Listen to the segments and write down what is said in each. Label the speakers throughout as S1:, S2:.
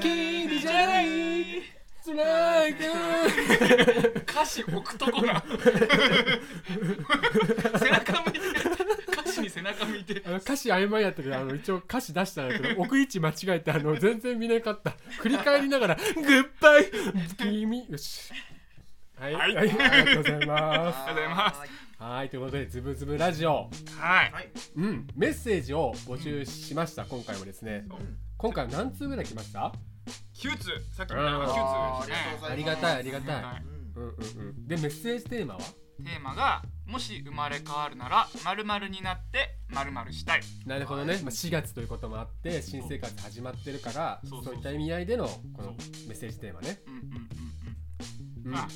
S1: 君じゃない辛い
S2: 歌詞置くとこ な背中向いて歌詞に背中向いて
S1: あの歌詞曖昧やったけどあの一応歌詞出したんだけど 奥位置間違えてあの全然見なかった繰り返りながら「グッバイ君」よしはい、
S2: はい
S1: はいありがとうございます
S2: りがとうございます
S1: はいということで「ズブズブラジオ
S2: はい、
S3: はい」
S1: うんメッセージを募集しました今回もですね今回は何通ぐらい来ました
S2: キューツさっきみたいなキューツですね
S1: ありがたいありがたい、
S2: はい
S1: うんうんうんでメッセージテーマは
S2: テーマがもし生まれ変わるなら〇〇になって〇〇したい
S1: なるほどね、まあ、4月ということもあって新生活始まってるから
S2: そう
S1: そ
S2: そう
S1: ういった意味合いでのこ
S2: そう
S1: のメッセージテーマね、
S2: うんうんうん
S1: う
S2: うんんまあ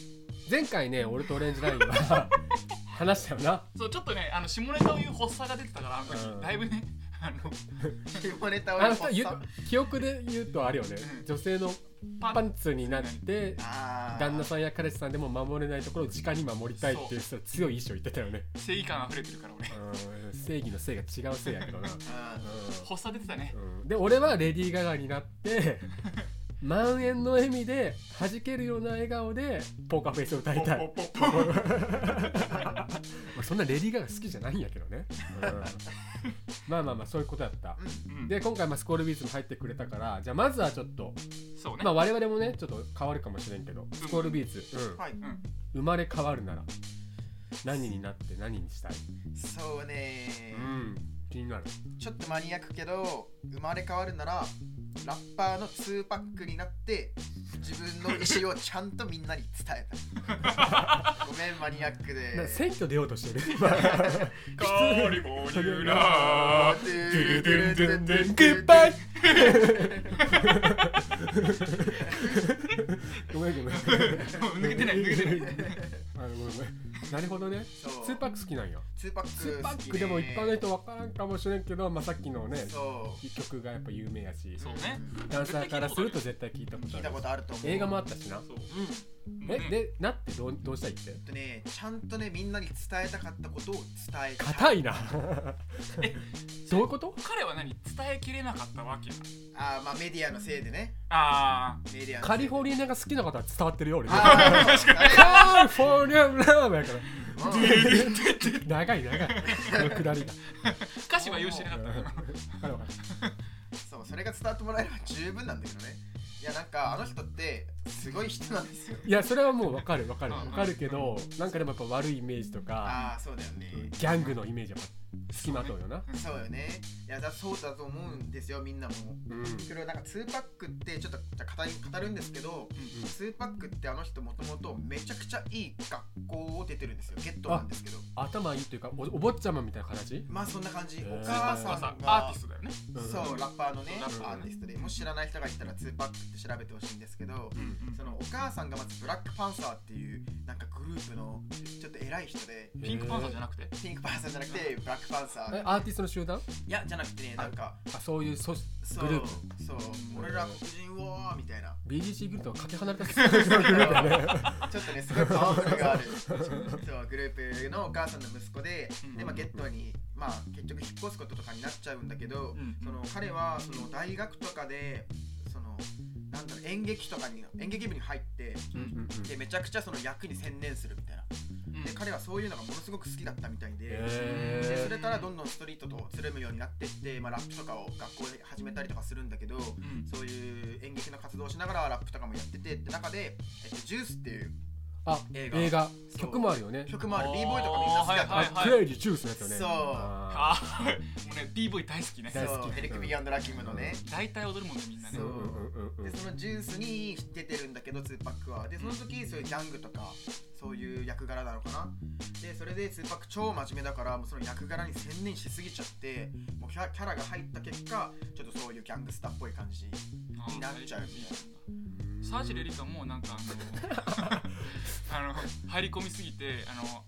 S1: 前回ね俺とオレンジライン は話したよな
S2: そうちょっとねあの下ネタを言う発作が出てたからあの
S1: うん
S2: 時だいぶねあの
S3: 言われた
S1: あ
S3: 俺
S1: の
S3: も
S1: 人ゆ記憶で言うとあれよね
S2: うん
S1: 女性の
S2: パ
S1: パンツになっ
S2: うん
S1: て
S3: あー
S1: 旦那さんや彼氏さんでも守れないところを直に守りたいっていう人強い意志を言ってたよね
S2: 正義感溢れてるから俺
S1: うん正義の性が違う性やけどな、
S3: うん
S2: 発作出てたね
S1: うんうんで俺はレディー・ガガになって満円の笑みで弾けるような笑顔でポーカーフェイスを歌いたい
S2: ポッポッポッポッ
S1: まあそんなレディー・ガガ好きじゃないんやけどね、うんまあまあまあそういうことだった
S2: うん
S1: で今回まあスコールビーツも入ってくれたからじゃあまずはちょっと、
S2: そうね
S1: まあ、我々もねちょっと変わるかもしれんけどスコールビーツ、うん
S3: はい
S2: うん
S1: 生まれ変わるなら何になって何にしたい、
S3: そうね
S1: うん、気になる
S3: ちょっとマニアックけど生まれ変わるならラッパーの2パックになって自分の意思をちゃんとみんなに伝えたごめんマニアックで
S1: な選挙出ようと してる
S2: カリボニュ ラ
S3: ドゥルドゥルドゥ ルドゥル
S1: グッバイごめんごめん
S2: 抜けてない抜けてない
S1: あのごめんごめんなるほどね
S3: そう
S1: ツーパック好きなんや
S3: 2パック
S1: ツーパッ
S3: 好
S1: ク
S3: き
S1: でも一般の人分からんかもしれんけど、まあ、さっきのね
S3: そ
S1: 曲がやっぱ有名やし
S2: そうね
S1: ダンサーからすると絶対聞いたこ
S3: う
S1: と
S3: 聞い
S1: あ
S3: た
S1: る
S3: ことあると思う
S1: 映画もあ
S3: っ
S1: ったしな
S2: そう
S3: うん
S1: え
S2: うん
S1: でなってどうどうしたいって
S3: えっとねちゃんとねみんなに伝えたかったことを伝えた
S1: 硬いな
S2: え
S1: どういうこと
S2: 彼は何伝えきれなかったわけな
S3: あーまあメディアのせいでね
S2: あ
S3: メディアのせいで
S1: カリフォルニアが好きなことは伝わってるよ俺カ
S3: あー確かに
S1: リフォルニアラーメンやから長い長いこのくだりが
S2: ー歌詞は用意してなかった
S1: うんわかるわかる
S3: そうそれが伝わってもらえれば十分なんだけどねいやなんかあの人ってすごい人なんですよ
S1: いやそれはもう分かる分かる分かるけどなんかでもやっぱ悪いイメージとか
S3: ああそうだよね
S1: ギャングのイメージは隙間とうよな
S3: そうよねいやだそうだと思うんですよみんなも
S1: うん
S3: それをなんか2パックってちょっとじゃあ語り語るんですけど
S2: うん
S3: 2パックってあの人もともとめちゃくちゃいい学校を出てるんですよゲットなんですけど
S1: 頭いいというかおお坊ちゃまみたいな形
S3: まあそんな感じ、
S1: へー
S3: お
S2: お
S3: 母
S2: 母さ
S3: さ
S2: ん
S3: んが
S2: アーティストだよね
S1: うん
S3: そうラッパーのね
S2: ラッパー
S3: アーティストでもし知らない人がいたら2パックって調べてほしいんですけど
S2: うんうん
S3: そのお母さんがまずブラックパンサーっていうなんかグループのちょっと偉い人で
S2: ピンクパンサーじゃなくて
S3: ピンクパンサーじゃなくてブラックパンサー
S1: えアーティストの集団
S3: いやじゃなくてねなんか
S1: あそういう組織
S3: そう
S1: グループ
S3: そう俺ら黒人はみたいな
S1: BGC グループとはかけ離れたグループだね
S3: ちょっとねすごいパワフルが あるそうグループのお母さんの息子で
S2: うん
S3: で、まあ、ゲットに、まあ、結局引っ越すこととかになっちゃうんだけど
S2: うん
S3: その彼はその大学とかでそのなんだろう演劇とかに演劇部に入って
S2: うん
S3: でめちゃくちゃその役に専念するみたいな
S2: うん
S3: で彼はそういうのがものすごく好きだったみたいで。でそ
S1: へ
S3: れからどんどんストリートとつるむようになってって、まあ、ラップとかを学校で始めたりとかするんだけど
S2: うん
S3: そういう演劇の活動をしながらラップとかもやっててって中で、えっと、ジュースっていう
S1: あ
S3: 映画
S1: 映画
S3: そう
S1: 曲もあるよね
S3: 曲もある b ボーイとかみんな好きだった、
S2: はい
S1: あクレイジーチュースのやつよね
S3: そう
S1: あ
S2: あーもうね PV 大好きね
S1: 大好き
S3: そうエレクビーラキムのね、
S2: 大体踊るもんねみんなね
S1: ー
S3: そ
S1: うん
S3: う
S1: うんうんうん
S3: でそのジュースに出てるんだけどツーパックはでその時そういうギャングとかそういう役柄なのかなでそれでツーパック超真面目だからもうその役柄に専念しすぎちゃってもうキャキャラが入った結果ちょっとそういうギャングスターっぽい感じ
S2: あー
S3: になっちゃうみ
S1: う
S3: たい
S1: ん
S2: サージレリカもなんかあ のあの入り込みすぎてあの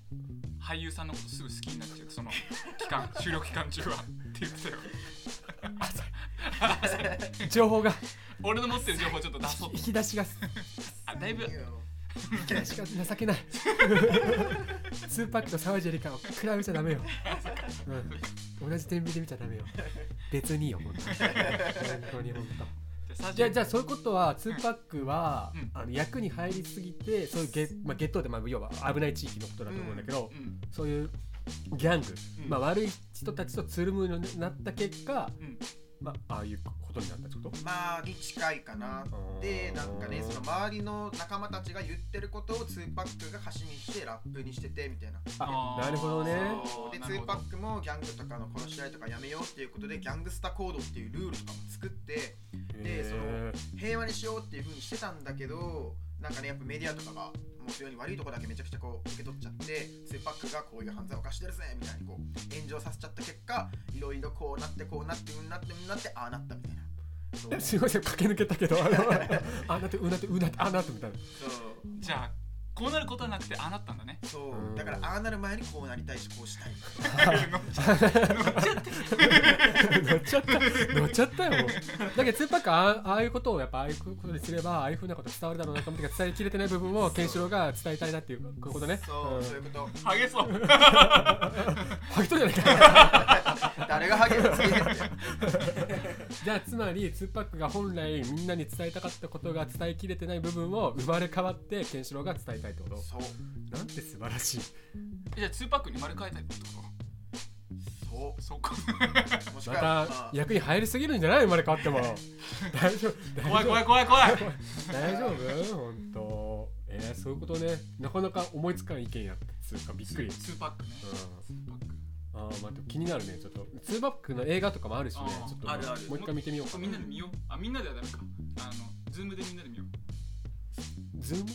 S2: 俳優さんのことすぐ好きになっちゃうその期間収録期間中はって言ってたよ
S1: 情報が
S2: 俺の持ってる情報ちょっと出そう
S1: 引き出しが
S2: あだいぶ
S1: 引き出しが情けない スーパークとサージェリカを比べちゃダメよ、うん、同じ天秤で見ちゃダメよ別によ本当に本当に本当
S2: じゃってサージ
S1: じゃあ
S2: ェン
S1: じゃあそういうことは2パックは、
S2: うん
S1: あの役に入りすぎてそういうゲ,、まあ、ゲットで、まあ、要は危ない地域のことだと思うんだけど、
S2: うん
S1: そういうギャング、
S2: うん
S1: まあ、悪い人たちとつるむようになった結果、
S2: うん
S1: まあ、ああいうことになったってこと
S3: まあに近いかなでなんかねその周りの仲間たちが言ってることを2パックが歌詞にしてラップにしててみたいな
S1: あ
S2: あー
S1: なるほどね
S2: そう
S3: で
S2: なるほど
S3: 2パックもギャングとかの殺し合いとかやめようっていうことでギャングスタコードっていうルールとかも作ってでその
S1: へ
S3: 平和にしようっていう風にしてたんだけどなんかねやっぱメディアとかがもうそういうように悪いとこだけめちゃくちゃこう受け取っちゃって2パックがこういう犯罪を犯してるぜみたいにこう炎上させちゃった結果いろいろこうなってこうなってうんなってうんなってああなったみたいなそう
S1: ーすいません駆け抜けたけどあ のあなってうなってうなってあなってみたいな
S3: そう
S2: じゃあこうなることはなくてああなったんだね
S3: そうだからああなる前にこうなりたいしこうしたい
S2: 乗っ ちゃった乗っちゃって
S1: 乗っちゃった乗っちゃったよもうだけどツーパックはああああいうことをやっぱああいうことにすればああいうふうなこと伝わるだろうなと思って伝えきれてない部分をケンシロウが伝えたいなっていうこういうことね
S3: そう、
S1: うん
S3: そういうこと
S2: ハゲ そう
S1: ハゲとるじゃない か
S3: 誰がハゲるつけてん だよ
S1: じゃあつまりツーパックが本来みんなに伝えたかったことが伝えきれてない部分を生まれ変わってケンシロウが伝えたいってこと
S3: そう
S1: なんて素晴らしい
S2: じゃあ2パックに丸変えたいってこ
S3: そ
S2: とそ うか
S3: うもし
S1: ま
S3: くは、
S1: た
S3: まあ
S1: 役に入りすぎるんじゃない生まれ変わって も大丈夫大丈夫
S2: 怖い怖い怖い怖い
S1: 大丈夫本当えー、そういうことねなかなか思いつかん意見やつうかびっくり、うん、
S2: 2パックね2パック
S1: あーまあでも気になるねちょっとツーバックの映画とかもあるしね
S2: あー
S1: ちょっと
S3: あるある
S1: もう一回見てみよう
S2: こ
S1: か
S2: れみんなで見ようあみんなではダメかあのズームでみんなで見よう
S1: ズーム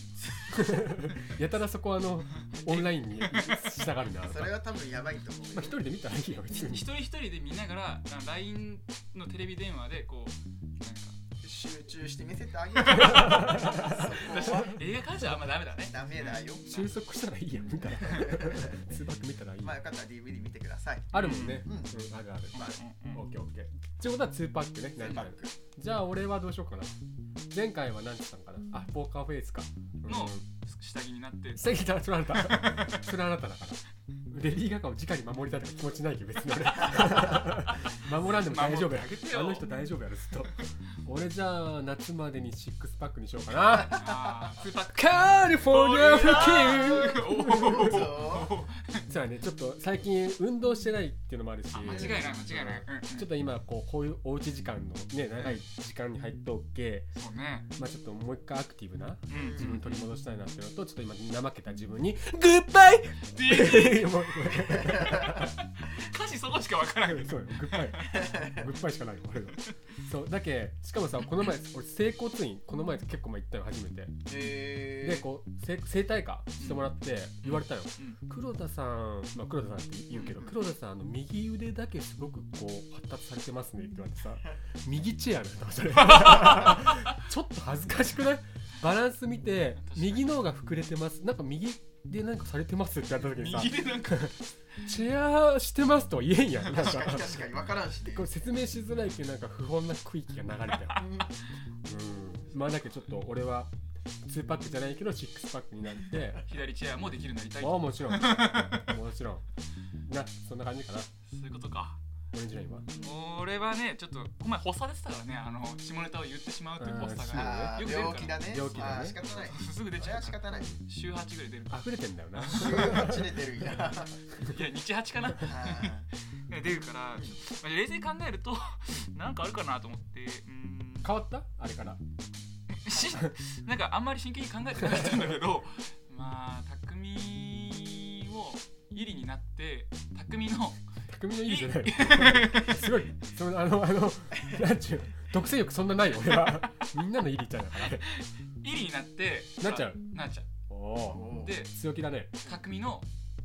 S1: やたらそこあのオンラインにしたがるなま
S3: それは多分やばいと思うよ、
S1: あ一人で見たらいいよ別
S2: 一
S1: に
S2: 人一人で見ながらあの LINE のテレビ電話でこうなんか
S3: 集中して見せてあ げるそこ
S2: 私
S3: は
S2: 映画館じゃあんまダメだね
S3: ダメだよ
S1: 収束したらいいやん見 たらツーバック見たらいい、
S3: まあよかったら DVD 見てください
S1: あるもんね、
S3: うん
S1: うん、あるある
S3: まあ
S2: うん
S1: オッケーオッケーってことはツーパックね
S3: 2パック
S1: じゃあ俺はどうしようかな前回は何て言ったんかなあポーカーフェイスか
S2: の下着になって
S1: 下着たらそれあなたそれあなただからレディー・ガガを直に守りたいとか気持ちないけど別に 俺守らんでも大丈夫や
S2: 守ってあげてよ
S1: あの人大丈夫やろず っと俺じゃあ夏までにシックスパックにしようかな
S2: あー2パック
S1: カリフォルニア付近
S2: おー
S3: そ
S1: そうやねちょっと最近運動してないっていうのもあるし
S2: あ間違いない間違いないうんうん
S1: ちょっと今こうこういうおうち時間のね長い時間に入っておけ
S2: そうね
S1: まあちょっともう一回アクティブな
S2: うん
S1: 自分取り戻したいなっていうのとちょっと今怠けた自分にグ ッバイもう
S2: 歌詞そこしかわからん
S1: そうよグッバイグッバイしかないよ俺のそうだけしかもさこの前俺整骨院この前結構前行ったの初めて
S3: へ
S1: でこう整整体科してもらって言われたよ、
S2: う
S1: 黒田さん、まあ、黒田さんって言うけど、
S2: うん
S1: 黒田さんあの右腕だけすごくこう発達されてますねって言われ てさ右チェアなんだそれちょっと恥ずかしくないバランス見て
S2: 確かに
S1: 右の方が膨れてますなんか右でなんかされてますってやった時にさ
S2: 右でなんか
S1: チェアしてますとは言えんやんなんか
S3: 確かに確かに分からんしね
S1: これ説明しづらいけどなんか不本な区域が流れたよ
S3: うん
S1: うんまあだけどちょっと俺は2パックじゃないけど6パックになって
S2: 左チェアもできるようになりたい
S1: ああ
S2: そ
S1: もちろん もちろんなそんな感じかな
S2: ういうことか
S1: オレンジラインは
S2: 俺はねちょっとお前発作出てたからねあの下ネタを言ってしまうという発作が
S3: あ
S2: よく
S3: ー
S2: 出るから
S3: 病気だね
S1: 病気だね
S3: あー仕方ない
S2: すぐ出
S3: そ
S2: ち
S3: れ
S2: ゃ
S3: は
S2: う
S3: 仕方ない
S2: 週8ぐらい出るか
S1: 溢れてんだよな
S3: 18で出るんや
S2: いや日8かな
S3: あ
S2: 出るからちょっと冷静に考えるとなんかあるかなと思ってうん
S1: 変わったあれから
S2: しなんかあんまり真剣に考えてなかったんだけどまあ匠をイリになって匠の
S1: 匠のいいじゃない すごいそのあのあのなんちゅう独占欲そんなないよ俺は みんなのイリちゃんだからあれ
S2: イリになって
S1: なっちゃう
S2: なっちゃう
S1: お
S3: ー
S1: お
S3: おー
S2: で
S1: 強気だね
S2: 匠の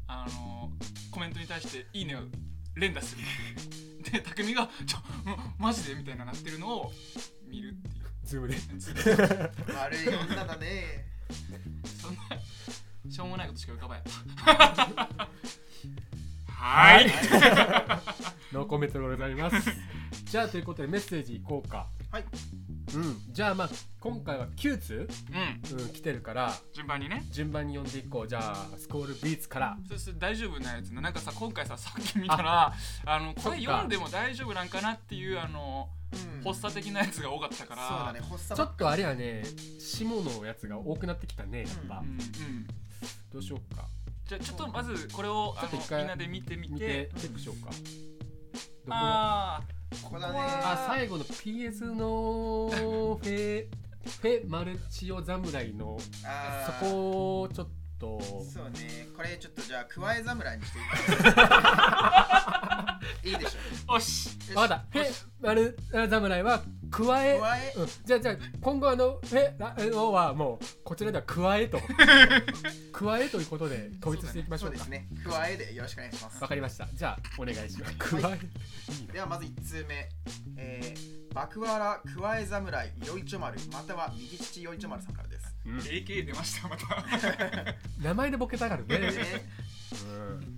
S2: あのコメントに対して「いいね」を連打する で匠が「ちょもうマジで?」みたいななってるのを見るっていう
S1: ズー ムで
S3: 悪い女だね
S2: そんなしょうもないこと しか浮かばんや ったはい
S1: ノーコメントでございますじゃあということでメッセージいこうか
S3: はい
S1: うんじゃあまあ今回は9通、
S2: うん
S1: うん、来てるから
S2: 順番にね
S1: 順番に読んでいこうじゃあスコールビーツから
S2: そして大丈夫なやつねなんかさ今回ささっき見たらあのこれ
S1: そっか
S2: 読んでも大丈夫なんかなっていうあの
S3: うん
S2: 発作的なやつが多かったから
S3: そうだね発作
S1: ちょ
S3: ばっ
S1: っ
S3: か
S1: とあれやね下のやつが多くなってきたねやっぱ、
S2: うんうん
S1: どうしようか
S2: じゃあちょっとまずこれを
S1: ちょっと
S2: あの
S1: 一回
S2: みんなで見てみ
S1: 見
S2: て
S1: てチェックしようかどこあ
S2: あ
S3: ここだ
S2: こ
S3: ね
S2: こは
S1: あ最後の PS のフェフェマルチオ侍の
S3: あ
S1: そ
S3: ー
S1: こをちょっと
S3: そうねこれちょっとじゃあ加え侍にして いいいいでしょ
S2: ーおし
S3: よし
S1: まだフェマルあ侍は加え
S3: 加え
S1: うん、じゃあじゃあ今後あのフェラのはもうこちらでは加 えと加えということで統一していきまし
S3: そ
S1: ょう
S3: うで
S1: か
S3: すね加えでよろしくお願いします
S1: わかりましたじゃあお願いします加え、、
S3: はい
S1: いな
S3: ではまず1通目、えー、バクワラクワエ侍よいちょ丸または右父よいちょ丸さんからです。
S1: うん
S2: AK 出ましたまた
S1: 名前でボケたがるね、
S3: ね
S1: うん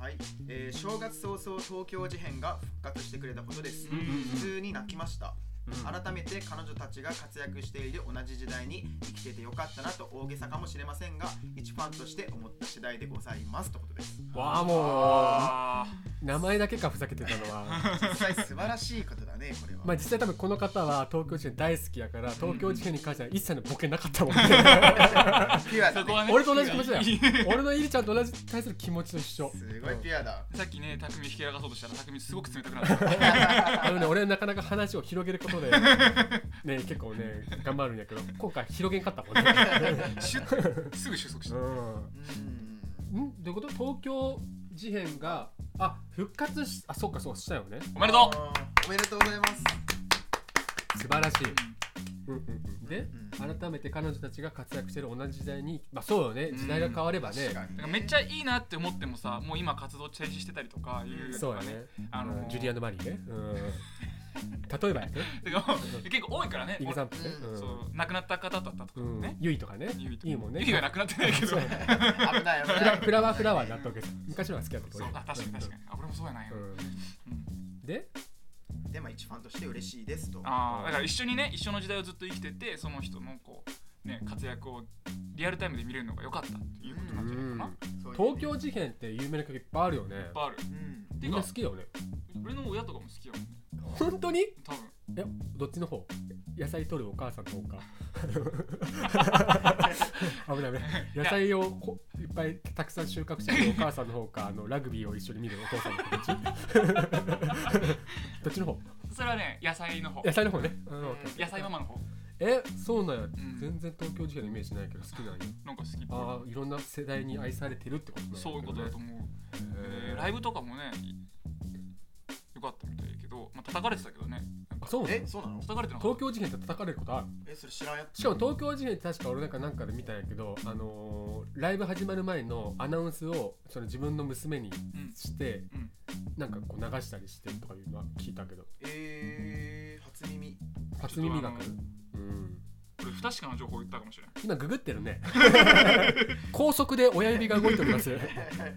S3: はい、えー正月早々東京事変が復活してくれたことです。
S1: うんうん
S3: 普通に泣きました。
S1: うん
S3: 改めて彼女たちが活躍している同じ時代に生きててよかったなと大げさかもしれませんが一ファンとして思った次第でございますということです。
S1: わあも
S2: あ
S1: う名前だけかふざけてたの は
S3: 実際素晴らしいことだねこれは。
S1: まあ実際多分この方は東京事変大好きやから東京事変に関しては一切のボケなかったもんね
S3: ピュア
S2: ー
S3: だ
S2: そこは
S3: ね。
S2: ね
S1: 俺と同じ気持ちだよ
S2: いい
S1: 俺のイリちゃんと同じ対する気持ちと一緒
S3: すごいピュアだ。
S2: さっきね匠引きやがそうとしたら匠すごく冷たくなった
S1: あのね、俺はなかなか話を広げることで、ね、結構ね、頑張るんやけど、今回広げんかったもんね。
S2: シュ ッすぐ収束した
S3: うん。
S1: うん。んどういうこと東京事変が、あ、復活し、あ、そうかそう、したよね。
S2: おめでとう
S3: うおめでとうございます。
S1: 素晴らしい。うんうんうんで
S3: う
S1: 改めて彼女たちが活躍してる同じ時代にまあそうよね時代が変わればね
S3: 確かに
S2: だからめ っちゃいいなって思ってもさもう今活動停止してたりとかいうの
S1: そうや
S2: が
S1: ね
S2: あの
S1: うんジュリアンド・マリーねうん例えばやね
S2: てか 結構多いからね
S1: イグサンプルね
S3: う
S2: そう亡くなった方だったとか
S1: うんうん
S2: ね
S1: ユイとかね
S2: ユイと
S1: ユイもね
S2: ユイは亡くなってないけど
S1: そ
S2: そうう
S1: やね
S3: 危ない危
S1: フ
S3: な
S1: ラ
S3: い。
S1: フラワーフラワーになったわけです昔のは好きだったけど
S2: あ確かに確かにあ俺もそうやないよ、
S1: うんで
S3: でも一ファンとして嬉しいですと。
S2: あーだから一緒にね一緒の時代をずっと生きててその人のこうね活躍をリアルタイムで見れるのが良かったっていうことなんじゃないかな、
S1: うん
S2: いっ
S3: そういう
S1: 東京事変って有名な曲いっぱいあるよね
S2: ぱいある
S3: うん。
S2: て
S1: み
S2: い
S1: ん
S2: う
S1: な
S2: か
S1: 好きだよね
S2: 俺の親とかも好きやもんね
S1: 本当に
S2: 多分
S1: えどっちの方野菜取るお母さんの方 か危ない危ない野菜をこいっぱいたくさん収穫してるお母さんの方かあのラグビーを一緒に見るお父さんの方どっち どっちの方
S2: それはね野 菜の方
S1: 野菜の方ね、うんオッケー
S2: 野菜ママの方
S1: えそうなんや、
S2: ん
S1: 全然東京事変のイメージないけど好きなんや
S2: なんか好きっぽい
S1: ああいろんな世代に愛されてるってことなんだね
S2: そういうことだと思う、え
S1: へ
S2: ー
S1: ー
S2: ライブとかもね良かったみたいやけど、まあ、叩かれてたけどね
S1: あそうなの
S3: え、そうなの
S2: 叩かれてなかっ
S1: 東京事変って叩かれることある
S3: え、それ知らんやつ。
S1: しかも東京事変って確か俺なんかなんかで見たんやけど、あのーライブ始まる前のアナウンスをその自分の娘に
S2: たうん
S1: して、
S2: うん
S1: なんかこう流したりしてるとかいうのは聞いたけど
S3: えー、初耳。
S1: 初耳学、
S2: ちょっと
S1: うん、
S2: 俺不確かな情報言ったかもしれない
S1: 今ググってるね高速で親指が動いております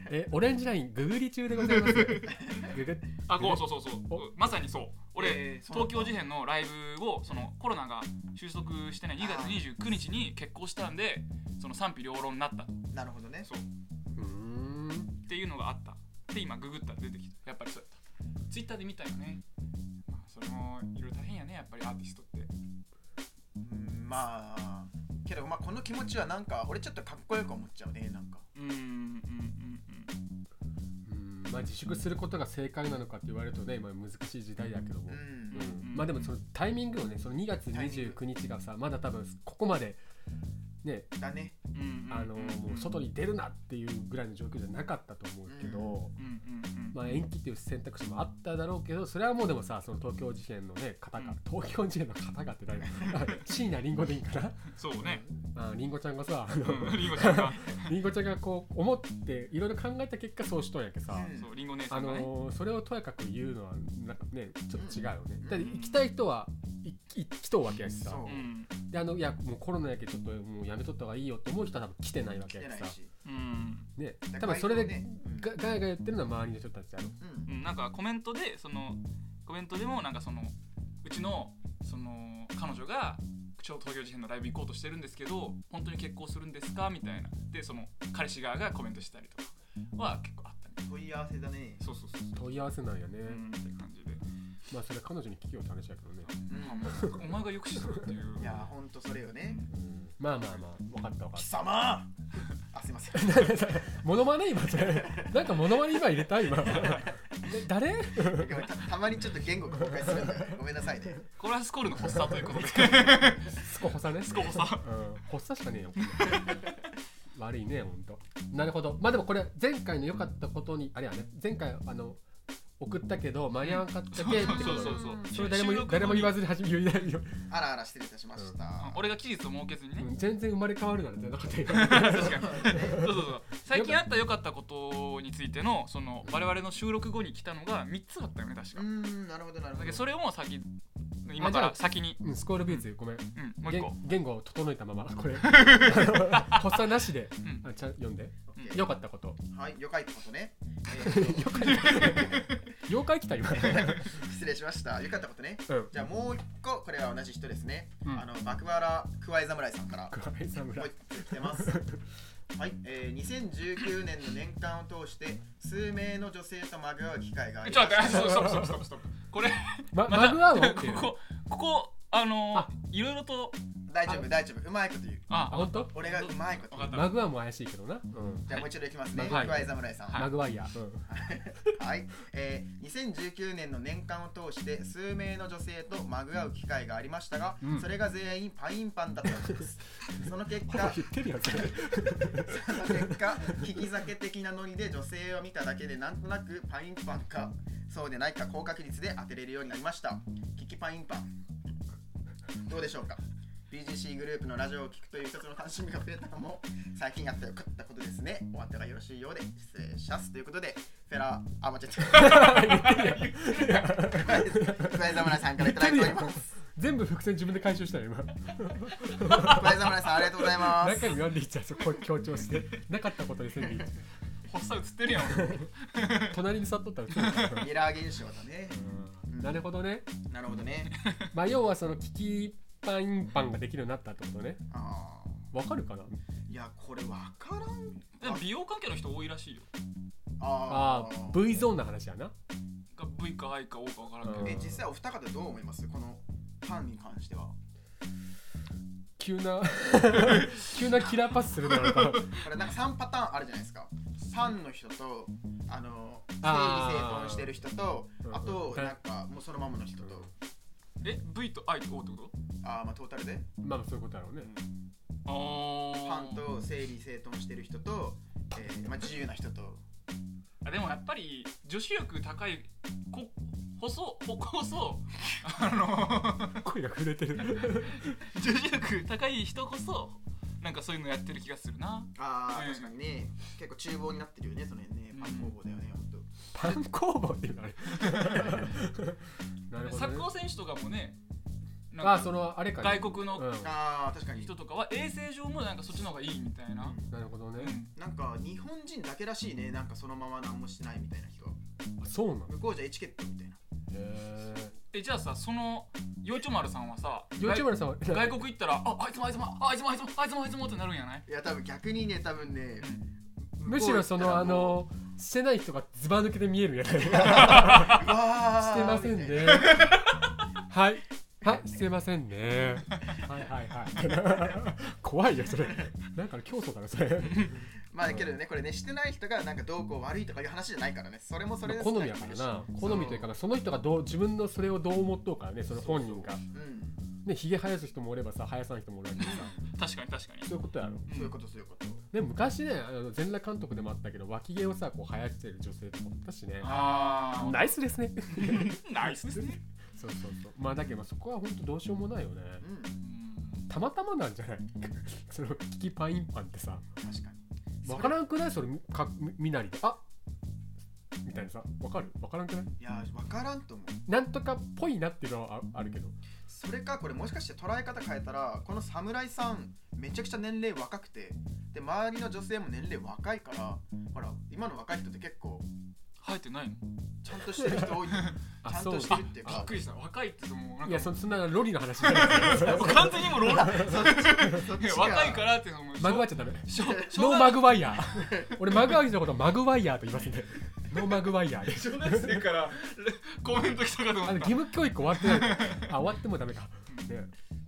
S1: えオレンジラインググり中でございますググっ
S2: あこうそうそうそう
S1: お
S2: うんまさにそう俺、
S3: えーそう
S2: 東
S3: なんだ
S2: 京事変のライブをそのコロナが収束してない2月29日に決行したんでその賛否両論になった
S3: なるほどね。
S2: そうっ
S1: うーん
S2: ていうのがあったで今ググったら出てきたやっぱりそうやったツイッターで見たよねまあそれもいろいろ大変やねやっぱりアーティストって
S3: うん、まあ、けど、まあ、この気持ちはなんか、俺ちょっとかっこよく思っちゃうね、なんか。
S2: うんうんうん
S1: うんまあ自粛することが正解なのかって言われるとね今難しい時代やけども、
S3: う
S2: うん
S3: ん。
S2: うん
S1: まあでもそのタイミングをねその2月29日がさまだ多分ここまでね
S3: だね。
S2: うんうん
S1: あのもう外に出るなっていうぐらいの状況じゃなかったと思うけど、
S2: うんうんうん
S1: まあ、延期っていう選択肢もあっただろうけどそれはもうでもさその東京事変のね方が、東京事変の方がって誰だ椎名林檎でいいかな
S2: そうね
S1: あ林檎ちゃんがさあの
S2: うんりんごちゃんが
S1: 林檎ちゃんがこう思っていろいろ考えた結果そうしとんやけさ、
S3: うん
S2: そうりんご姉さ
S1: あ
S2: んがね
S1: のーそれをとやかく言うのはなんかねちょっと違うよね、
S3: うん
S1: だって行きたい人はい行きとうわけやしさ
S3: そう
S2: うん
S1: であのいやもうコロナやけちょっともうやめとった方がいいよって思う人は多分来てないわけ
S3: 来て
S1: や
S3: な
S1: し
S3: い
S1: さ
S3: し。
S2: うん
S1: ね多
S3: だから
S1: 分それで、
S3: ねうん
S1: がガヤガヤ言ってるのは周りの人たちやろ
S3: うん
S2: うん、なんかコメントでそのコメントでもなんかそのうちのその彼女が超東京事変のライブ行こうとしてるんですけど本当に結婚するんですかみたいなでその彼氏側がコメントしたりとかは結構あったね
S3: 問い合わせだね。
S2: そうそうそうそう
S1: 問い合わせなんやね、
S2: うんって感じで
S1: まあそれは彼女に聞きようって話やけどね、
S2: うんお前がよく知ってるっていう
S3: いやほんとそれよね
S1: うん、まあまあまあ分かった分 か
S3: 貴
S1: っ
S3: 様あすいません
S1: たモノマネ今それなんかモノマネ今入れた今 え誰
S3: たたまにちょっと言語が崩壊するんだごめんなさいね
S2: コーラスコールの発作という ことで
S1: スコホサね
S2: スコホサ
S1: うん、発作しかねえよ 悪いねほんとなるほどまあでもこれ前回の良かったことにあれやね前回あの送ったけど間に合わんかったけってこと
S2: そうそう
S1: ね
S2: そ
S1: それ
S2: う
S1: 誰も
S2: 収録後に
S1: 誰も言わずに始め言いなよ、
S3: あらあら失礼いたしました、
S2: うん俺が期日を設けずに
S1: う
S2: ね
S1: ん全然生まれ変わるなんてなかったよ
S2: 確かにそうそうそう最近あった良かったことについてのその我々の収録後に来たのが3つあったよね確
S3: う
S2: か
S3: ーんなるほどなる
S2: だけ
S3: ほど
S2: どそれをもう先
S1: あ
S2: 今
S1: じ
S2: か
S1: ゃあ
S2: ら先に
S1: うんスコールビューズごめん
S2: うんもう
S1: げ
S2: 一
S1: ん
S2: 個
S1: 言語を整えたままこれ 発作なしで、
S2: ん
S1: あちゃん読んで
S3: オッケー
S1: 良かったこと
S3: はいよかいことね、えーと
S1: 妖怪来た 今
S3: 失礼しましたよかったことね
S1: うん
S3: じゃあもう一個これは同じ人ですね、
S2: うん
S3: あのバクバラクワイ侍さんから
S1: クワイサムラ
S3: もう一つ来てますはい、えー、2019年の年間を通して数名の女性とまぐわう機会があ
S2: え
S3: り
S2: ちょっ
S3: ま
S2: と
S3: した
S2: 待ってストップストップストップストップこれ
S1: ま
S2: ま
S1: マグアウ
S2: た
S1: オっていう
S2: ここここあの
S1: あ
S2: ーいろいろと
S3: 大丈夫大丈夫うまいこと言う
S1: あ
S2: あ
S1: 本当
S3: 俺がうまいこと
S2: 分かった
S1: マグアウオも怪しいけどな、うん
S3: じゃあもう一度いきますね、
S1: はい
S3: クワイ侍さん
S2: はい
S1: マグワイヤー、
S3: はい、えー、2019年の年間を通して数名の女性とまぐわう機会がありましたが、
S1: うん
S3: それが全員パインパンだったのですその結
S1: ほ ら
S3: 果
S1: 言ってるやつ
S3: その結果引き酒的なノリで女性を見ただけでなんとなくパインパンかそうでないか高確率で当てれるようになりましたキキパインパンどうでしょうか BGC グループのラジオを聞くという一つの楽しみが増えたのも最近やってよかったことですねお後がよろしいようで失礼しますということでフェラあ間違えた桑井侍さんからいただいております
S1: 全部伏線自分で回収したよ今
S3: 桑井侍さんありがとうございます
S1: 中身読んでいっちゃうそこ強調してなかったことにせんでいい
S2: 発作映ってるやん
S1: 隣に座っとったら映るから
S3: ミラー現象だね
S1: うんなるほどね
S3: なるほどね
S1: まあ要はそのキキパインパンができるようになったってことね
S3: あー
S1: わかるかない
S3: やこれわからん
S2: でも美容関係の人多いらしいよ
S1: あ
S3: あ
S1: あ
S3: ー
S1: V ゾーンの話やな
S2: が V か I か O か分からんけ
S1: うん
S2: ど
S3: え実際お二方どう思いますこのパンに関しては
S1: 急な 急なキラーパスするならば
S3: これなんか3パターンあるじゃないですかパンの人とあの整理
S1: あ
S3: 整
S1: ー
S3: 頓してる人と
S1: うん
S3: あと
S1: うん
S3: なんかもうそのままの人と
S2: え V と I と O ってこ
S3: あーまあトータルで
S1: まあそういうことだろうね
S2: と
S3: パ
S2: あ
S3: ンと整理整頓してる人と、えーまあ、自由な人と
S2: あでもやっぱり女子力高いこ細こ細あ
S1: 声が震えてる
S2: の女子力高い人こそなんかそういうのやってる気がするな
S3: あー
S2: うん
S3: 確かにね結構厨房になってるよねその辺ねパン工房だよねほんと
S1: パン工房っていうのあれなるほ
S2: サ
S1: ど、
S2: ッ
S1: ね
S2: カ、ー選手とかもねなん
S1: あ
S2: か
S1: あそのあれかね
S2: 外国の
S1: うん
S3: あー確かに
S2: 人とかは衛生上もなんかそっちの方がいいみたいな、
S1: なるほど
S2: う
S1: ね、
S2: ん、
S3: なんか日本人だけらしいねなんかそのまま何もしてないみたいな人
S1: あそうなの
S3: 向こうじゃエチケットみたいな
S1: へ
S2: えじゃあさそのよいちょまるさんはさ
S1: え YouTuber さんは
S2: 外外国行ったらああいつもあいつもああいつもあいつもあいつもあいつもってなるんやない
S3: いや多分逆にね多分ね
S1: むしろそのあのしてない人がズバ抜けで見えるやつして
S3: 向こう行ったらもううわー
S1: ません
S3: みたい
S1: ねはいはいしてませんねはいはいはい怖いよそれなんかの競争だなそれ
S3: なまあだけどねこれねしてない人がなんかどうこう悪いとかいう話じゃないからねそれもそれで
S1: 好みやからな好みというかまあその人がどう自分のそれをどう思っとうからねその本人が
S3: うん
S1: ねひげ生やす人もおればさ生やさない人もおるわけでさ
S2: 確かに確かに
S1: そういうことやろ
S3: そういうことそういうこと
S1: でも昔ねあの全裸監督でもあったけど脇毛をさこう生やしてる女性とかもいたしね
S2: ああ
S1: ナイスですね
S2: ナイスですね、
S1: そうそうそうまあだけどまあそこは本当どうしようもないよね
S3: うん
S2: うん
S1: たまたまなんじゃない そのキキパインパンってさ
S3: 確かに
S1: 分か
S3: ん
S1: らんくないそれかみみなりであみたいなさ分かる分からんくない
S3: いや分からんと思う
S1: なんとかっぽいなっていうのはああるけど
S3: それかこれもしかして捉え方変えたらこの侍さんめちゃくちゃ年齢若くてで周りの女性も年齢若いからほら今の若い人って結構
S2: 生えてないの
S3: ちゃんとしてる人多いち
S1: あ
S3: ゃんとして
S1: そ
S3: るっていう
S2: び
S3: か
S2: っくりした若いってもうなん
S1: いや
S2: か
S1: そそんなロリの話じゃ ないですよ
S2: 完全にもうローラー
S3: そっちが
S2: 若いからっていうのも
S1: マグワっ
S2: ち
S1: ちゃダメ
S2: 小
S1: ノー
S2: 小
S1: マ
S2: 学
S1: グワイヤー俺マグワイヤーのことをマグワイヤーと言いますんでノーマグワイヤー
S2: 小学生からコメント来たかと
S1: あの
S2: 思っ
S1: 義
S2: た
S1: 務教育終わってないのかあ終わってもダメか、ね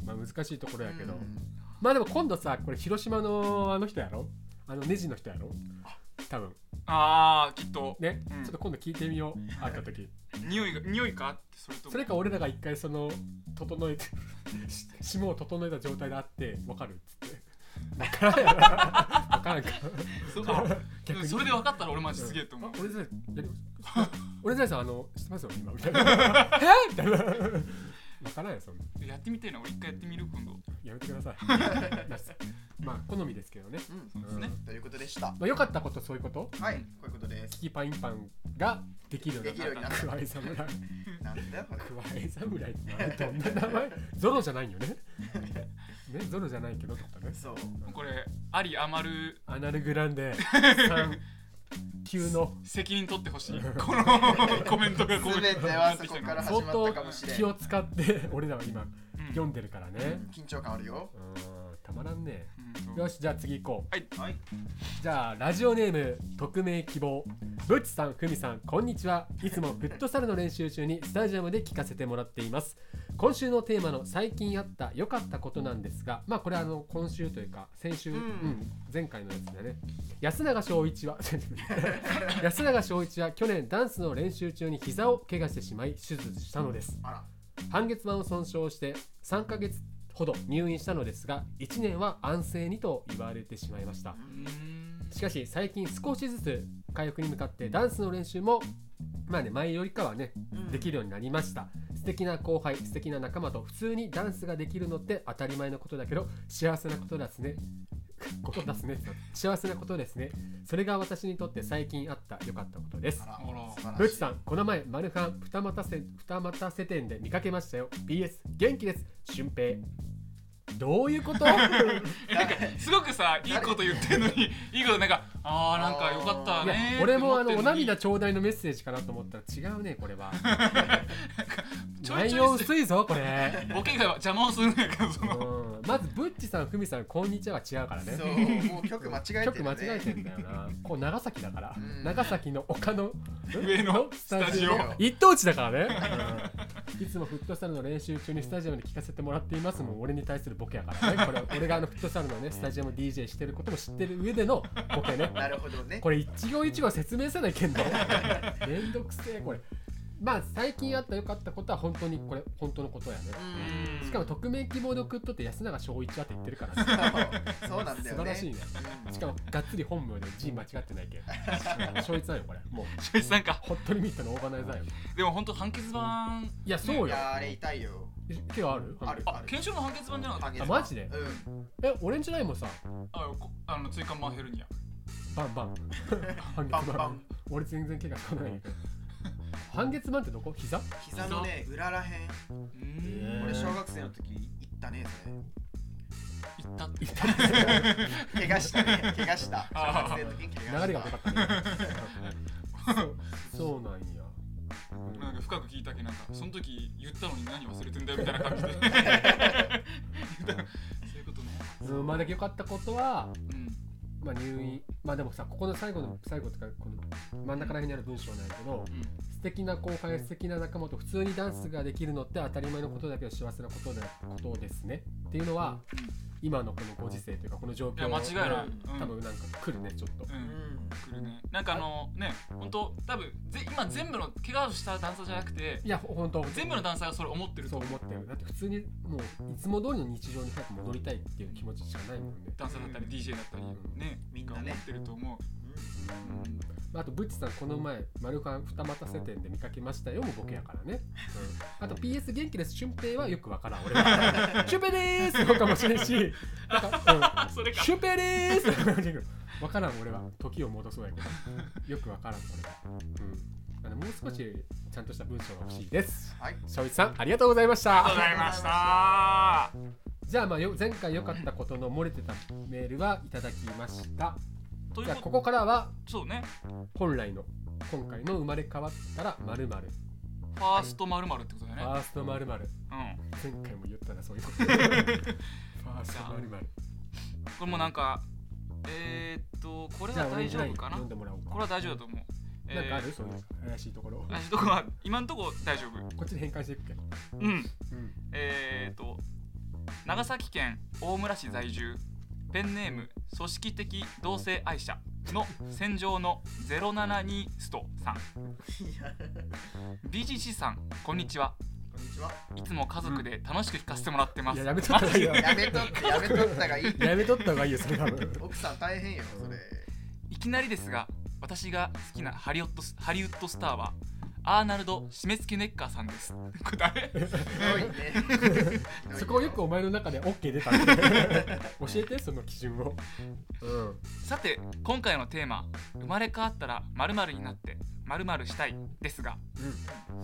S1: まあ、難しいところやけど、まあでも今度さこれ広島のあの人やろあのネジの人やろ多分
S2: ああきっと
S1: ね、
S2: うん
S1: ちょっと今度聞いてみよう会った時
S2: 匂いが匂いかってそれとも
S1: それか俺らが一回その整え て霜を整えた状態であってわかるっつって分からんや ろ分からんか
S2: そこで
S1: 逆
S2: も
S1: に
S2: それで分かったら俺マジすげえと思う
S1: あ俺ざいやりま した俺ざいさんあの知ってますよ今みたいなえみたいな分からんよそんな
S2: やってみたいな俺一回やってみる今度
S1: やめてくだ さいまあ好みですけどね、
S3: うん
S2: そうですね
S3: ということでした
S1: まあ、良かったことそういうこと
S3: はいこういうことです
S1: キーパインパンができるよう
S3: できるよう
S1: に
S3: に
S1: な
S3: な
S1: っ
S3: ったた
S1: クワイ侍ク
S3: なんだよこれ
S1: ワイ侍って名前どんな名 前ゾロじゃないよねねゾロじゃないけどってことね
S3: そう
S2: これあり余る
S1: アナルグランデさん級の
S2: 責任取ってほし いこのコメントがこう
S3: 全てはそこから
S1: 相
S3: 始まっ
S1: 当
S3: たかもしれん
S1: 気を使って俺らは今
S2: うん
S1: 読んでるからね
S3: 緊張感あるよ
S1: うんたまらんね
S2: うんと
S1: よしじゃあ次行こう
S3: はい
S1: じゃあラジオネーム匿名希望ブッチさんふみさんこんにちはいつもフットサルの練習中にスタジアムで聞かせてもらっています今週のテーマの最近あった良かったことなんですがまあこれはあの今週というか先週、
S3: うん
S1: うん前回のやつだね安永翔一は 安永翔一は去年ダンスの練習中に膝を怪我してしまい手術したのです
S3: あら
S1: 半月板を損傷して3ヶ月ほど入院したのですが1年は安静にと言われてしまいました
S2: うーん
S1: しかし最近少しずつ回復に向かってダンスの練習もまあね前よりかはね
S3: うん
S1: できるようになりました素敵な後輩素敵な仲間と普通にダンスができるのって当たり前のことだけど幸せなことですね ことですね幸せなことですねそれが私にとって最近あった良かったことです
S3: あ
S2: あ
S3: ら
S2: ら
S3: 素晴らしい
S1: ブッチさんこの前マルハン二股せ二股せ店で見かけましたよ BS 元気です俊平どういうこと
S2: えなんかすごくさいいこと言ってんのにいいことなんかあーなんかよかった
S1: いや
S2: ね
S1: 俺もあのお
S2: 涙
S1: 涙ちょうだいのメッセージかなと思ったら違うねこれ は
S2: ちょい
S1: 内
S2: ちょ
S1: 容
S2: いです
S1: 薄いぞこれ
S2: ボケが邪魔をするんやからその
S1: うんまずブッチさんふみさんこんにちは違うからね
S3: そうもう曲間違えてるね
S1: 曲間違えてんだよなこう長崎だから
S3: うん
S1: 長崎の丘の
S2: 上のスタジオ
S1: 一等地だからね、いつもフットサルの練習中にスタジアムで聞かせてもらっていますもん俺に対するボケやからねこれ俺があのフットサルのねスタジアム DJ してることも知ってる上でのボケね
S3: なるほどね
S1: これ一行一行説明せないけんどめんどくせえこれまあ最近あった良かったことは本当にこれ本当のことやね
S3: うん
S1: しかも匿名希望で送っとって安永翔一はって言ってるからね
S3: そうそうなんだ
S1: 素
S3: よね
S1: 晴らしいねしかもがっつり本名で字間違ってないけん翔一なんよこれもう
S2: ちょいなんか
S1: ホットリミットのオーガナイザーよ
S2: でも本当判決版
S1: いやそうよ
S3: いやあれ痛いよ
S1: 手はある
S3: ある
S2: あ検証の判決版じゃなかった
S3: あげる
S1: マジで
S3: うん
S1: え俺んじゃないもんさ
S2: あこあの椎間板ヘルニア
S1: バンバン半月
S3: バ
S1: 板
S3: ンバン
S1: 俺全然怪我してないんやけど半月板ってどこ 膝
S3: 膝のね裏らへん
S2: う
S1: へ
S2: ーん
S1: ー
S3: 俺小学生の時行ったねそれ
S2: 行ったって
S3: 怪我したね、怪我した。
S2: あー
S3: 小学生の時に怪我した
S1: 流れが分かったねそうそうなんや
S2: なんか深く聞いたけどなんかその時言ったのに何忘れてんだよみたいな 感じでそういうことね
S1: うんまあだけ良かったことは
S2: うん
S1: まあ入院まあでもさここの最後の最後っていうかこの真ん中ら辺にある文章なんやけど
S2: うん
S1: 素敵な後輩素敵な仲間と普通にダンスができるのって当たり前のことだけど幸せなことだことですねっていうのは今のこのご時世というかこの状況
S2: いや間違いない、うん
S1: 多分なんか来るねちょっと
S2: う
S3: うんん。
S2: 来るねなんかあのね本当多分ぜ今全部の怪我をしたダンサーじゃなくて
S1: いやほんと
S2: 全部のダンサーがそれ思ってる
S1: そ
S2: と
S1: う
S2: 思う
S1: 思ってるだって普通にもういつも通りの日常に早く戻りたいっていう気持ちしかないもんね
S2: ダンサーだったり DJ だったりね
S3: みんなね
S2: が思ってると思う
S1: あとブッチさんこの前マルファン二股世店で見かけましたよもボケやからね、うん、あと PS 元気です俊平はよくわからん俺は俊平でーすとかもしれんしなんか、
S2: あそれ
S1: うん、
S2: か
S1: 俊平でーすとかもしれんけどわからん俺は時を戻そうやけどよくわからん俺は、うん、あのもう少しちゃんとした文章が欲しいです
S3: はい。
S1: 翔一さんありがとうございました
S2: ありがとうございました
S1: じゃあまあよ前回良かったことの漏れてたメールはいただきました
S2: とい
S1: じゃ
S2: う
S1: あこ
S2: こ
S1: こからは
S2: とそうね
S1: 本来の今回の生まれ変わったらまるまる
S2: ファーストまるまるってことだ
S1: フ
S2: よね
S1: ァーストまるまる
S2: うん
S1: 前回も言ったなそういうことファーストまるまる
S2: これもなんかえー、っとこれ
S1: じゃ
S2: は
S1: あ
S2: 大丈夫かな
S1: 読んでもらおう
S2: これは大丈夫だと思うえー
S1: なんかあるそういう怪しいところ
S2: あどこは今んとこ大丈夫
S1: こっちで変換していくけ
S2: うん
S1: うん
S2: えー、と長崎県大村市在住ペンネーム組織的同性愛者の戦場の072ストさん
S3: いや
S2: BGC さんこんにちは
S3: こんにちは。
S2: いつも家族で楽しく聞かせてもらってま
S1: い
S2: す
S1: ややめとった方がいいよ
S3: やめとってやめとったがいい。
S1: やめとった方がいいよそれ多分
S3: 奥さん大変よそれ。
S2: いきなりですが私が好きなハリウッドスハリウッドスターはアーナルド・締め付けネッカーさんですこれ誰
S3: すごいね。
S1: そこをよくお前の中で OK 出たんで 教えてその基準をうん
S2: さて今回のテーマ「生まれ変わったら〇〇になって〇〇したい」ですが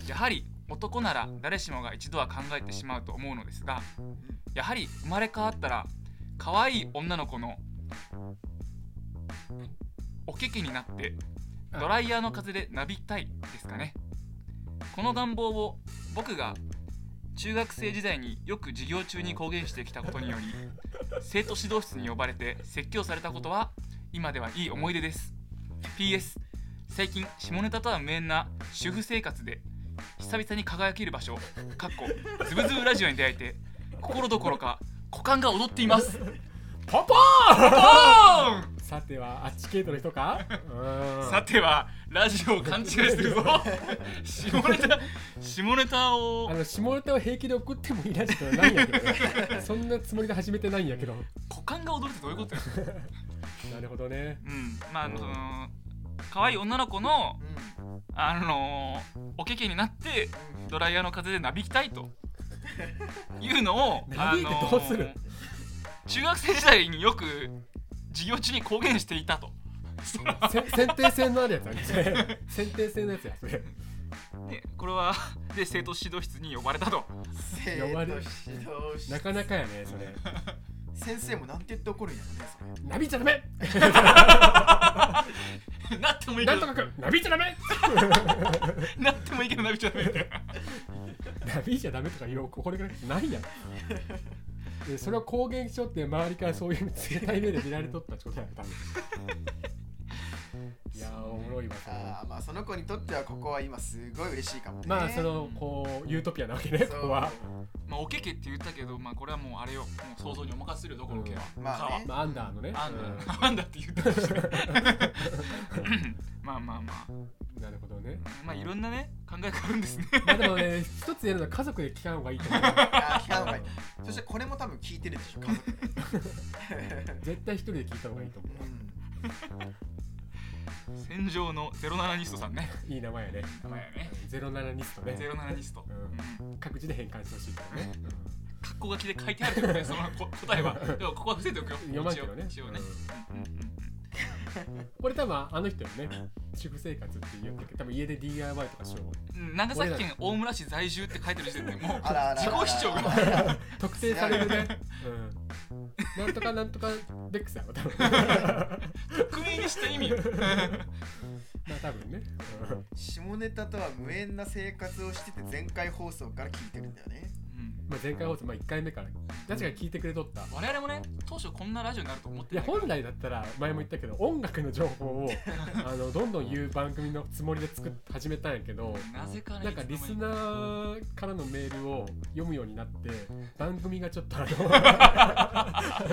S2: やはり男なら誰しもが一度は考えてしまうと思うのですがやはり生まれ変わったら可愛い女の子のおけけになってドライヤーの風でなびきたいですかねこの願望を僕が中学生時代によく授業中に公言してきたことにより生徒指導室に呼ばれて説教されたことは今ではいい思い出です PS 最近下ネタとは無縁な主婦生活で久々に輝ける場所かっこズブズブラジオに出会えて心どころか股間が踊っています
S1: パパ
S2: ポー
S1: ー
S2: ン
S1: さてはあっち系の人かうん
S2: さてはラジオを勘違いするぞ下ネタ下ネタを
S1: あの下ネタを平気で送ってもいいらしくないんやけどそんなつもりで始めてないんやけど
S2: 股間が踊るってどういうことや
S1: なるほどね
S2: うんまああのその可愛い女の子の
S3: うん。
S2: あのおけけになって
S3: うん
S2: ドライヤーの風でなびきたい というのを
S1: なびいてどうする
S2: あの中学生時代によく授業中に公言していたとその
S1: せ先定性のあるやつあるそれ先定性のやつやそれ
S2: ねこれは で生徒指導室に呼ばれたと
S3: 生徒
S1: 呼ば
S3: 指
S1: れる
S3: 導室
S1: なかなかやねそれ
S3: 先生もなんて言って怒るんやろねそれ。
S1: なびいちゃダメ
S2: なってもいい
S1: な
S2: け
S1: んと
S2: ど
S1: かくんなびいちゃダメ
S2: なってもいいけどなびちゃダメみたいな
S1: なびいちゃダメとか言うこれがないやんでそれを抗原症って周りからそういう冷たい目で見られとったってことやね多 分いやーおもろいわそれ
S3: ああまあその子にとってはここは今すごい嬉しいかもね。
S1: まあそのこうユートピアなわけねここは
S2: まあおけけって言ったけどまあこれはもうあれよもう想像にお任せするよどこのけは、
S3: うんまあね
S2: 蚊は
S1: まあアンダーのね
S2: あんだ、あんだって言ってました ね。まあまあまあ、
S1: うんなるほどね
S2: まあいろんなね、考えがあるんですね。
S1: まあでもね一つ言えるのは家族で聞かん方がいいと思う
S3: いや聞かんほうがいいそしてこれも多分聞いてるでしょ家族。
S1: 絶対一人で聞いた方がいいと思
S3: うん
S2: 戦場のゼロ七ニストさんね。
S1: ういい名前やね
S2: 名前やね。
S1: ゼロ七ニストね
S2: ゼロ七ニスト。
S1: うん
S2: うん
S1: 各自で変換してほしいからね、
S2: 格好書きで書いてあ るからね、そのこ答えは。でもここは伏せておくよ。
S1: 読まんけどね
S2: 一応一応ね。うんうん
S1: これ多分あの人よね主婦生活って言うけど多分家で DIY とかしよう
S2: うんうん長崎県大村市在住って書いてる時点でもう
S3: あらあらあら
S2: 自己主張が
S1: 特定されるね、うん、なんとかなんとかベックスやわ多 分
S2: 匿名にした意 味よ
S1: まあ多分ね、うん
S3: 下ネタとは無縁な生活をしてて前回放送から聞いてるんだよね。
S2: うん
S1: まあ、前回放送、まあ、1回目から確かに聞いてくれとった
S2: 我々もね当初こんなラジオになると思っ
S1: い
S2: て
S1: や
S2: なから
S1: 本来だったら前も言ったけど音楽の情報 をあのどんどん言う番組のつもりで作っ始めたんやけど
S2: なぜかね
S1: なんかリスナーからのメールを読むようになって番組がちょっとあの
S2: あ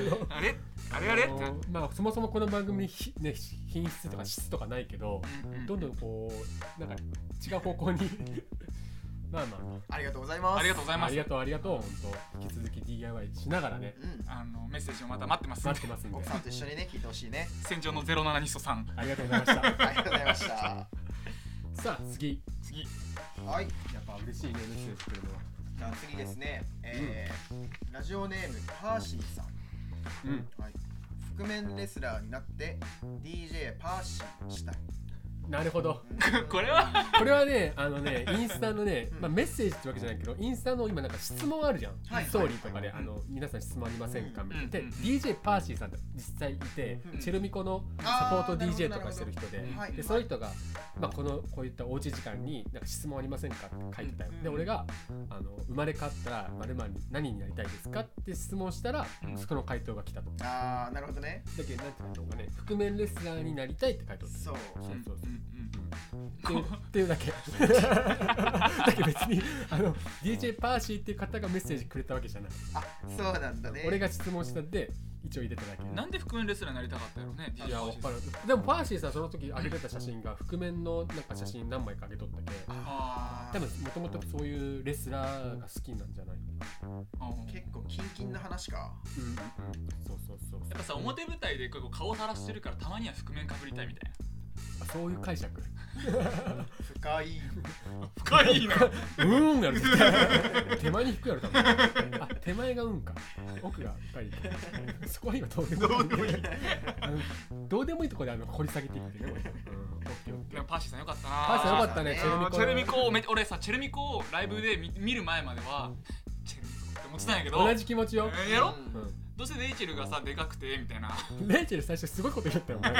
S2: れあれあれっ
S1: の
S2: てなって
S1: まあそもそもこの番組ひ、ね、品質とか質とかないけど
S2: うんうん
S1: どんどんこうなんか違う方向に まあま
S3: ありがとうございます。
S2: ありがとうござい
S1: ああ
S2: ま
S1: り
S2: す
S1: がとうありがとう本当引き続き DIY しながらね
S3: うん。
S2: あのメッセージをまた待ってます
S1: 待ってますん で
S3: 奥さんと一緒にね聞いてほしいね。
S2: 戦場の07ニストさん
S1: ありがとうございました
S3: ありがとうございま した。
S1: さあ次
S2: 次
S3: はい。
S1: やっぱ嬉しいねメッセージくれるのは
S3: じゃあ次ですね、えーラジオネームパーシーさん。
S1: うん
S3: はい。覆面レスラーになって DJ パーシーしたい。
S1: なるほど
S3: うん
S2: これは
S1: これはね、あのね、インスタのね
S3: う、ん
S1: まあ、メッセージってわけじゃないけど、インスタの今なんか質問あるじゃん。
S3: はい
S1: ストーリーとかで、
S3: はい
S1: あの、皆さん質問ありませんか
S3: うん
S1: みたいな。
S2: う
S1: で、
S2: ん
S1: DJ パーシーさんって実際いて
S3: うん、
S1: チェルミコのサポート DJ とかしてる人で
S2: あーなるほどなるほど、
S3: はい
S1: で、その人が、まあ、この、こういったおうち時間に、なんか質問ありませんかって書いてたよ
S3: う。ん
S1: で、俺が、あの、生まれ変わったら、まるまる何になりたいですかって質問したら
S2: う、ん
S1: そこの回答が来たと。だ
S3: ああなるほどね。
S1: けど、なんていうのかね、覆面レスラーになりたいって回答だった。
S3: そう。
S1: そうそうそうっていうっていうだ けだけど別にあの DJ パーシーっていう方がメッセージくれたわけじゃない
S3: あそうなんだね
S1: 俺が質問したんで一応入れただけ
S2: なんで覆面レスラーになりたかったよね
S1: いやわかるでもパーシーさその時上げてた写真が覆面のなんか写真何枚か上げとったけ
S3: あー
S1: 多分もともとそういうレスラーが好きなんじゃない
S3: 結構キンキンな話か
S1: うんうんそうそうそう
S2: やっぱさ表舞台でこう顔をさらしてるからたまには覆面かぶりたいみたい
S1: あそういう解 釈
S3: 深い
S2: な深いな
S1: うーんやる 手前に引くやる多分あ手前がうんか奥が 深いかそこは今どうでもいい
S3: どうでもいい
S1: あの どうでもいいとこであの掘り下げていってねこれうんオッケーオッケ
S2: で
S1: ー
S2: もパーシーさんよかったな
S1: パーシーさんよかったね
S3: あ
S2: あーチ
S1: チ
S2: ェ
S1: ェ
S2: ル
S1: ル
S2: ミ
S1: ミコ
S2: コをめ俺さチェルミコをライブで見見る前まではチェルミコって思ってたんやけど
S1: 同じ気持ちよ、
S2: えーやろ
S3: うん
S1: う
S2: どうせレイチェルがさでかくてみたいな、
S1: ん、レイチェル最初すごいこと言ったよ、ね、
S2: う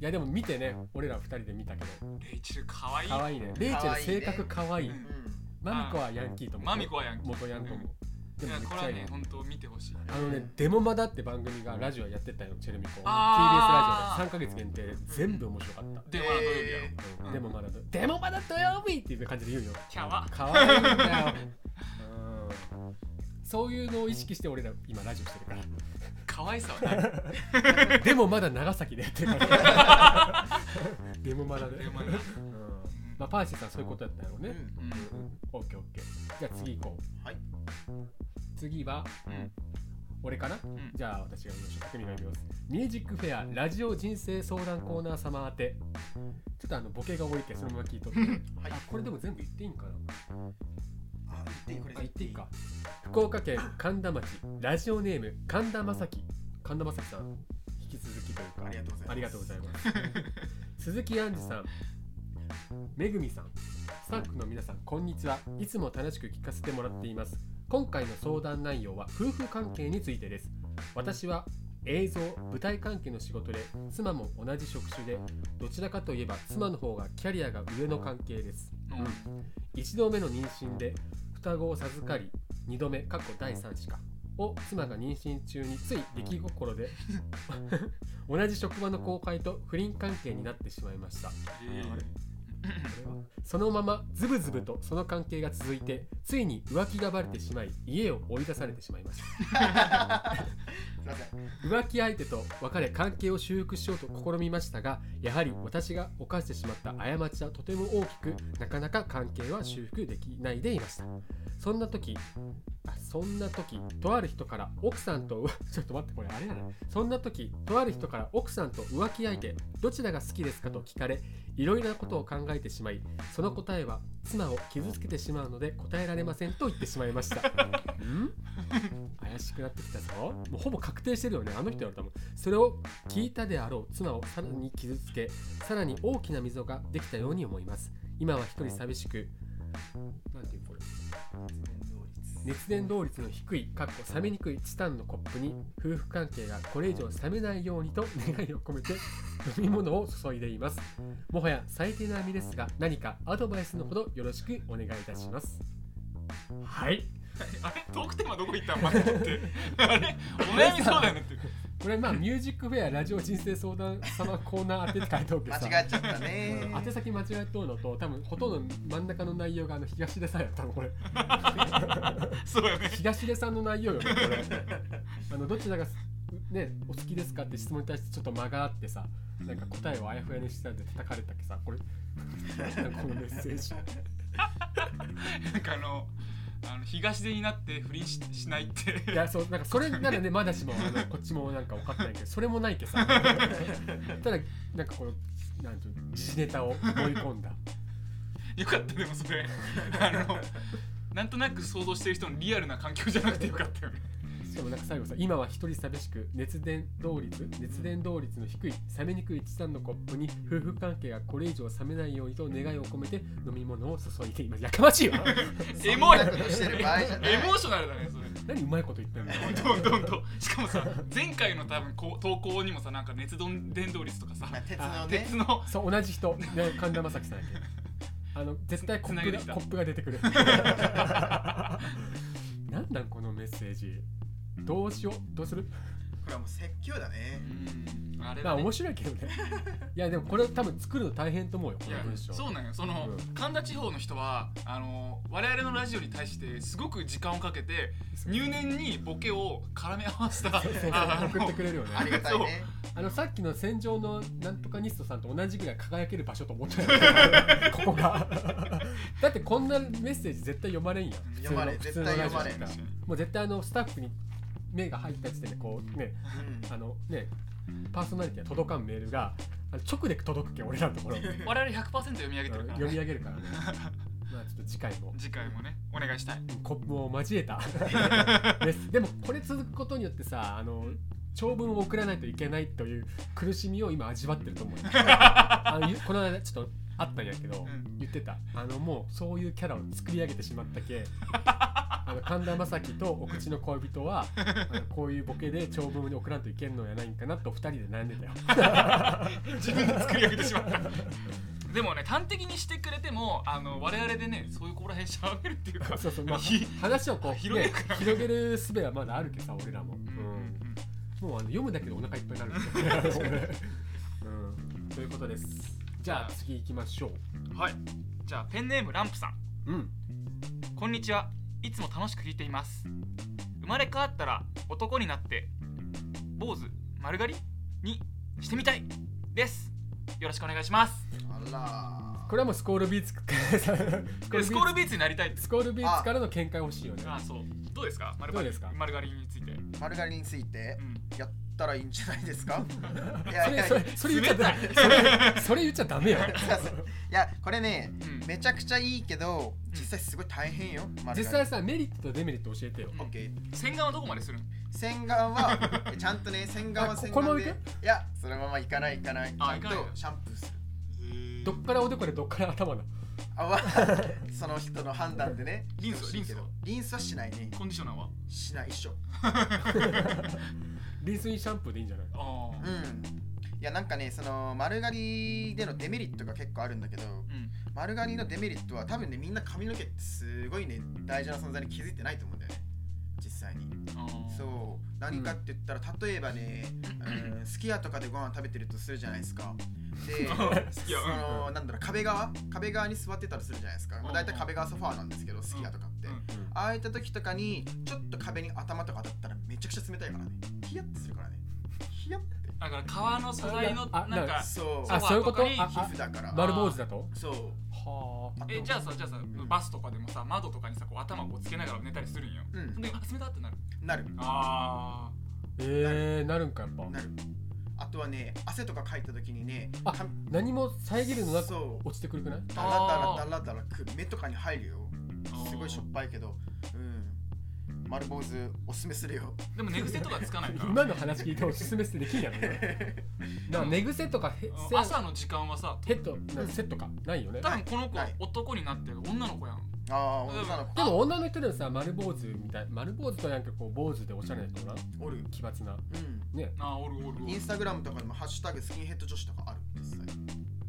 S1: いやでも見てね俺ら二人で見たけど
S2: ん、レイチェルかわいい
S1: 可愛いねレイチェル性格可愛い
S2: 可愛いね
S3: うん
S1: マミコはヤンキーと思う
S2: マミコはヤンキー
S1: 元ヤンと思う、で
S2: いや
S1: もめっ
S2: こ
S1: ち
S2: れ
S1: ゃ
S2: はい
S1: い
S2: ね本当見てほしい
S1: あのね、デモマだって番組がラジオやってたよ、チェルミコ。TBS
S2: あ
S1: ラ
S2: ー
S1: ジオで3ヶ月限定で全部面白かった。
S2: でもあの土曜日やろ
S3: え
S1: うん
S2: うん
S1: デモマだと、デモマだ土曜日っていう感じで言うよ。
S2: キャワ
S1: かわいいんだよ。うんそういうのを意識して俺ら今ラジオしてるか
S2: 可愛さはない
S1: ら。でもまだ長崎でやってるから。デモマだね。
S2: デモマ
S1: う
S2: だ
S1: んまあ、パーシーさんそういうことだったよ
S3: ー
S1: ね。
S3: うん
S2: うん
S1: オッケーオッケー。じゃあ次行こう。
S3: はい
S1: 次は
S2: うん
S1: 俺かな
S2: うん
S1: じゃあ私が読みましょう。匠が読みます。ミュージックフェアラジオ人生相談コーナー様宛て。ちょっとあのボケが多いけどそのまま聞いとって。
S3: はい
S1: あこれでも全部言っていいんかな。
S3: あ言っていいこれ
S1: あ言ってい いか。福岡県神田町ラジオネーム神田正輝。神田正輝さん引き続きというか
S3: ありがとうございます
S1: ありがとうございます。鈴木杏樹さん。めぐみさん、スタッフの皆さん、こんにちは。いつも楽しく聞かせてもらっています。今回の相談内容は夫婦関係についてです。私は映像、舞台関係の仕事で、妻も同じ職種で、どちらかといえば妻の方がキャリアが上の関係です。
S2: うん
S1: 1度目の妊娠で双子を授かり2度目過去第3子かを妻が妊娠中につい出来心で 同じ職場の後輩と不倫関係になってしまいました
S2: あれ
S1: そのままズブズブとその関係が続いてついに浮気がバレてしまい家を追い出されてしまいました
S3: すいません
S1: 浮気相手と別れ関係を修復しようと試みましたがやはり私が犯してしまった過ちはとても大きくなかなか関係は修復できないでいましたそんな時あそんな時とある人から奥さんと うわちょっと待ってこれあれやなそんな時とある人から奥さんと浮気相手どちらが好きですかと聞かれいろいろなことを考えてしまいその答えは妻を傷つけてしまうので答えられませんと言ってしまいましたん怪しくなってきたぞもうほぼ確定してるよねあの人やると思うそれを聞いたであろう妻をさらに傷つけさらに大きな溝ができたように思います今は一人寂しくなんていうのこれ熱伝導率の低いかっこ冷めにくいチタンのコップに夫婦関係がこれ以上冷めないようにと願いを込めて飲み物を注いでいますもはや最低な身ですが何かアドバイスのほどよろしくお願いいたしますはい
S2: あれトークテーマどこ行ったんマジって あれお悩みそうだよねって
S1: これまあミュージックフェアラジオ人生相談様コーナー当てって書いておくけどさ
S3: 間違えちゃったね
S1: うん宛先間違えとうのと多分ほとんど真ん中の内容があの東出さんや多分これ
S2: そうよね
S1: 東出さんの内容よねこれあのどちらがすねお好きですかって質問に対してちょっと間があってさなんか答えをあやふやにしてたんで叩かれたっけさこれなんかこのメッセージ
S2: なんかあのあの東出になって不倫ししないって
S1: いやそうなんかそれならねまだしもあのこっちもなんか分かってないけどそれもないけさただなんかこのなんていうの時事ネタを思い込んだ
S2: よかったでもそれあのなんとなく想像してる人のリアルな環境じゃなくてよかったよね
S1: しかもなんか最後さ今は一人寂しく熱伝導率熱伝導率の低い冷めにくいチタンのコップに夫婦関係がこれ以上冷めないようにと願いを込めて飲み物を注いでいますやかましいわ
S2: エモい
S3: そんなことしてる場合じゃない
S2: エモーショナルだねそれ
S1: 何うまいこと言ってん の
S2: どんどんどんしかもさ前回の多分こう投稿にもさなんか熱伝導率とかさ
S3: まあ鉄のね
S2: 鉄の
S1: そう同じ人、ね、神田正輝さんやけ あの絶対コ
S2: つな
S1: ッ
S2: げ
S1: プ
S2: て
S1: が
S2: きた
S1: コップが出てくる なんなんこのメッセージどうしようどうする
S3: これはもう説教だね
S2: うんあれ
S1: まあ
S2: だね
S1: 面白いけどねいやでもこれ多分作るの大変と思うよこ
S2: い
S1: の
S2: や
S1: 文章
S2: そうなんよそ
S1: う
S2: の、
S1: ん
S2: 神田地方の人はあの我々のラジオに対してすごく時間をかけて入念にボケを絡め合わせた
S1: そうそう
S2: あ
S1: 送ってく
S2: の
S1: れるよね
S3: ありがたいね
S1: あのさっきの戦場のなんとかニストさんと同じぐらい輝ける場所と思ってたよここがだってこんなメッセージ絶対読まれんやん
S3: 読まれ
S1: 普通
S3: 絶
S1: の
S3: 対
S1: 普通のラジオだ
S3: 読まれ
S1: ったらもう絶対あのスタッフに目が入った時点でこうねあのねパーソナリティが届かんメールがあの直で届くけん俺らのとこ ろうん
S2: 我々100%読み上げてるから、
S1: 読み
S2: ね、
S1: 上げるからねまあちょっと次回も
S2: 次回もねお願いしたい
S1: コップを交 えたですでもこれ続くことによってさあの長文を送らないといけないという苦しみを今味わってる と思うあのゆこの間ちょっとあったんやけど、
S2: ん
S1: 言ってたあのもうそういうキャラを作り上げてしまった けあの神田正輝とお口の恋人 はあのこういうボケで長文に送らんといけんのやないんかなと2人で悩んでたよ
S2: 自分で作り上げてしまったでもね端的にしてくれてもあの我々でねそういうここら辺しゃべるっていうか
S1: そうそう、まあ
S2: ひ、
S1: 話をこう、ね、
S2: 広げるから
S1: 広げる術はまだあるけどさ俺らも、
S2: う
S1: う
S2: ん
S1: ん
S2: うん
S1: もうあの読むだけでお腹いっぱいになるん ですよ。うん、ということです。じゃあ次行きましょ
S2: はいじゃあペンネームランプさん
S1: う。うん。
S2: こんにちはいつも楽しく聞いています生まれ変わったら男になって坊主丸刈りにしてみたいですよろしくお願いします
S3: あ
S1: これはもうスコールビーツスコールビー
S2: で
S1: ツ
S2: スコールビーツになりたいです
S1: スコールビーツからの見解欲しいよね。
S2: あそうどうですか丸
S1: どう
S2: 刈り
S1: ですか
S2: 丸刈りについて、うん
S3: ら丸刈りについてやったらいいんじゃないですかい
S1: そ
S3: やい
S1: れ
S3: やい
S1: そ
S3: や
S1: れそれ言っちゃダメ。それ それ言っちゃダメよ。
S3: いやこれね
S2: うん
S3: めちゃくちゃいいけど実際すごい大変よ丸刈り
S1: 実際さメリットとデメリット教えてよ。
S3: オッケー
S2: 洗顔はどこまでするの
S3: 洗 顔はちゃんとね洗顔は洗
S1: あここ
S3: 顔
S1: も
S3: で
S1: 行
S3: いやそのまま行かない行かないち
S2: あ
S3: ゃんと
S2: 行かない
S3: シャンプーする
S1: どっからおでこでどっから頭なの。
S3: あわ その人の判断でね
S2: リンスは
S3: してほしいけど
S2: リンスは
S3: リンスはしないね
S2: コンディショナーは
S3: しない一緒
S1: リンスインシャンプーでいいんじゃない？
S2: あ
S3: う
S2: あ
S3: んいやなんかねその丸刈りでのデメリットが結構あるんだけど
S2: うん
S3: 丸刈りのデメリットは多分ねみんな髪の毛ってすごいね大事な存在に気づいてないと思うんだよね実際に
S2: あー
S3: そう何かって言ったら、例えばね、うん、すき家とかでご飯食べてるとするじゃないですか で
S2: すき家うん
S3: そのなんだろう壁側壁側に座ってたりするじゃないですか、まあ、大体壁側ソファーなんですけどすき家とかって、
S2: うん
S3: ああいった時とかにちょっと壁に頭とか当たったらめちゃくちゃ冷たいからねヒヤッてするからねヒヤッて
S2: だから革の素材の
S1: あ
S2: なんか
S3: そう
S1: あそういうこと
S2: ソファーとか
S1: あ
S2: に
S3: 皮
S1: あ
S3: 膚だから
S1: 丸坊主だと？
S3: そう
S1: は
S3: あと
S2: えじゃあさじゃあさ
S3: ん
S2: バスとかでもさ窓とかにさこう頭をこうつけながら寝たりするんよ
S3: う
S2: そん
S3: ん
S2: であ冷たってなる
S3: なる
S2: あ
S1: ええー、なるんかやっぱ。
S3: なるあとはね汗とかかいた時にね
S1: あ
S3: 髪
S1: 何も遮るのなく
S3: そう
S1: 落ちてくるくない？
S3: ダラダラダラダラく目とかに入るよ
S2: ー
S3: すごいしょっぱいけどうん丸坊主おすすめするよ
S2: でも寝癖とかつかないか ら
S1: 今の話聞いておすすめしてできんやろ。だから寝癖とかヘ
S2: うん
S1: セ
S2: 朝の時間はさ
S1: ヘッドなセットかないよね
S2: 多分この子
S3: はい
S2: 男になってる女の子やん
S3: ああ女の
S1: でも女の人でもさ丸坊主みたい丸坊主となんかこう坊主でおしゃれな人な
S3: 子おる
S1: 奇抜な
S3: うん
S1: ね
S2: あーおるおるお
S3: イン
S2: る
S3: スタグラムとかでも「ハッシュタグスキンヘッド女子」とかある実際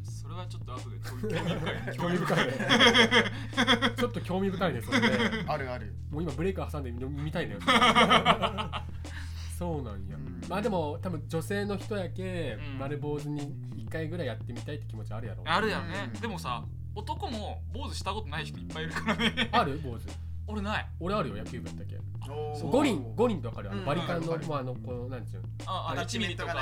S2: それはちょっと後で興味深いね
S1: 興味深いね ちょっと興味深いねそれね
S3: あるある
S1: もう今ブレイク挟んでみ見たいねそうなんや、
S3: うん
S1: まあでも多分女性の人やけ、
S2: うん
S1: 丸坊主に一回ぐらいやってみたいって気持ちあるやろ
S2: あるやんね
S3: うん
S2: でもさ男も坊主したことない人いっぱいいるからね
S1: ある坊主
S2: 俺ない
S1: 俺あるよ野球部やったっけ
S3: おー
S1: 五輪五輪ってわかるあの
S3: うん
S1: バリカンの、
S3: わかる
S1: もうあのこのなんちゅうの
S2: あ
S1: あ
S2: あ
S1: れ
S2: の1ミリとか
S3: ア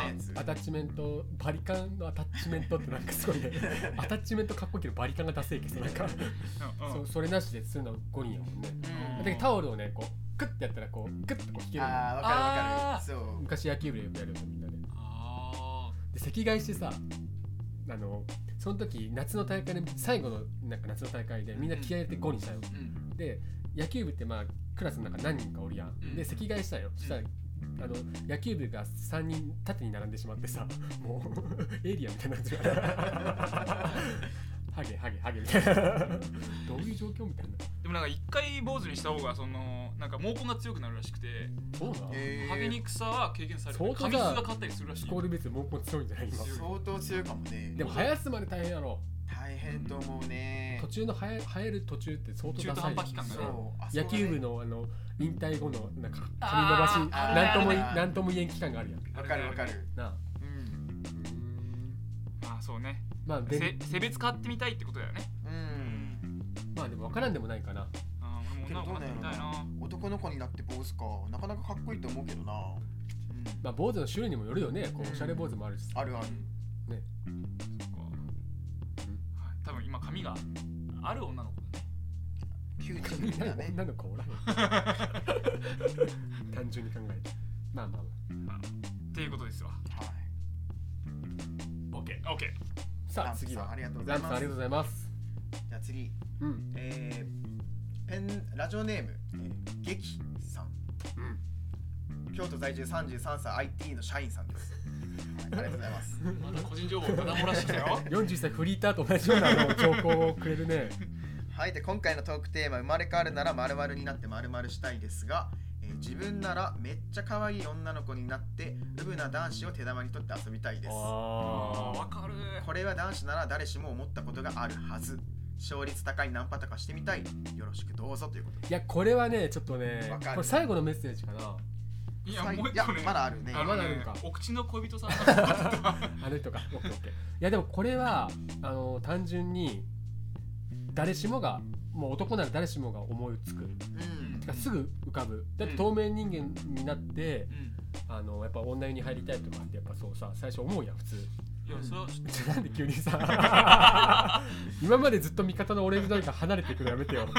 S3: タッチメント
S1: ア
S3: がない
S1: タッチメン
S3: や
S1: トバリカンのアタッチメントってなんかすごいね アタッチメントかっこいいけどバリカンがダセいけどなんか、
S2: うんうん
S1: そそれなしでするの5人やもんね、
S3: つ
S2: うん
S1: だけどタオルをねこうクッてやったらこうクッてこう引け
S3: うん
S1: るの
S3: ああわかるわか
S2: あ
S3: る
S2: ー
S3: そう
S1: 昔野球部でよくやるよみんなで
S2: あ
S1: で席替えしてさあのその時夏の大会で最後のなんか夏の大会でみんな気合い入れて5人したよ、
S2: ーうん
S1: で野球部ってまあクラスの中何人かおるやん、
S2: うん
S1: で席替えしたよ、そしたらあの野球部が3人縦に並んでしまってさ もうエイリアンみたいになっちゃう ハゲハゲハゲみたいなどういう状況みたいな
S2: でもなんか一回坊主にした方がそのなんか毛根が強くなるらしくて
S1: そうなの
S3: え
S2: ハゲに草は軽減され
S1: 相
S2: る
S1: 当
S2: 髪
S1: だ
S2: 質が変わったりするらしい
S1: スコール別にもうこう強いんじゃない今
S2: 強い
S3: 相当強いかもね
S1: でも生やすまで大変やろ
S3: 大変と思うね
S1: 途中の生え生える途中って相当
S2: 中
S1: ダ
S2: 途
S1: サいで
S2: 半端
S1: す
S2: 期間
S1: ね
S2: がね
S3: そうあそこがね
S1: 野球部のあの引退後のなんか髪伸ばし
S2: あーあるね
S1: なんともい
S3: あるね
S1: なんとも言えん期間があるやん
S3: わかるわかる
S1: なあ
S3: うん
S2: まあそうね
S1: まあで
S2: せ性別変わってみたいってことだよね
S3: う
S2: うん
S1: まあでも分からんでもないかな
S2: あー俺も女の子になってみたいな
S3: 男の子になって坊主かなかなかかっこいいと思うけどな
S1: まあ坊主の種類にもよるよねこうおしゃれ坊主もあるしさ
S3: あるある
S2: そっかはい多分今髪がある女の子だね
S3: 92だね
S1: 女の子お らん単純に考えてまあまあ
S2: っていうことですわ
S3: はい
S1: まあ OK
S2: オッケー
S1: さ
S3: ラ
S1: あ
S3: ンプ
S1: 次
S3: さん
S1: は
S3: ありがとうござ
S1: ラ
S3: い
S1: ンプさん
S3: ま
S1: ありが
S3: す
S1: とうございます
S3: じゃあ次
S1: うん
S3: えーペンラジオネーム、えー、劇さん、京都在住33歳 IT の社員さんです、はい、ありがとうございます
S2: また個人情報をただ漏らしてきた よ
S1: 41歳フリーターと同じようなあ の兆候をくれるね
S3: はいで今回のトークテーマ生まれ変わるなら〇〇になって〇〇したいですが、えー自分ならめっちゃ可愛い女の子になってウブな男子を手玉に取って遊びたいです
S2: あーわ
S1: あ
S2: かる
S3: これは男子なら誰しも思ったことがあるはず勝率高いナンパとかしてみたいよろしくどうぞということで
S1: いやこれはねちょっとね
S3: わかる
S1: これ最後のメッセージかない
S2: や
S3: はい
S2: もう
S3: い
S2: 一
S3: や
S2: 個ね
S3: まだあるね
S2: あのね
S1: まだあるのか
S2: お口の恋人さんのことだった
S1: あの人 かオッケーオッケーいやでもこれはあの単純に誰しもがもう男なら誰しもが思いつく
S3: うん
S1: てかすぐ浮かぶだって
S2: うん
S1: 透明人間になって
S2: う、ん
S1: あのやっぱ女湯に入りたいとかってやっぱそうさ最初思うやん普通
S2: いやそれはちょっと
S1: ちょ なんで急にさ今までずっと味方のオレンジのが離れていくのやめてよい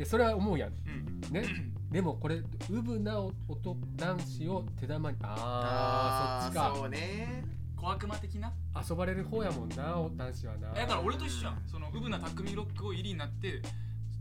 S1: やそれは思うやん
S2: うん
S1: ねでもこれウブな男男子を手玉にあーそっち
S3: ー
S1: か
S3: そうね
S2: 小悪魔的な
S1: 遊ばれる方やもんなお男子はな
S2: えだから俺と一緒じゃんそのウブな匠ロックを入りになって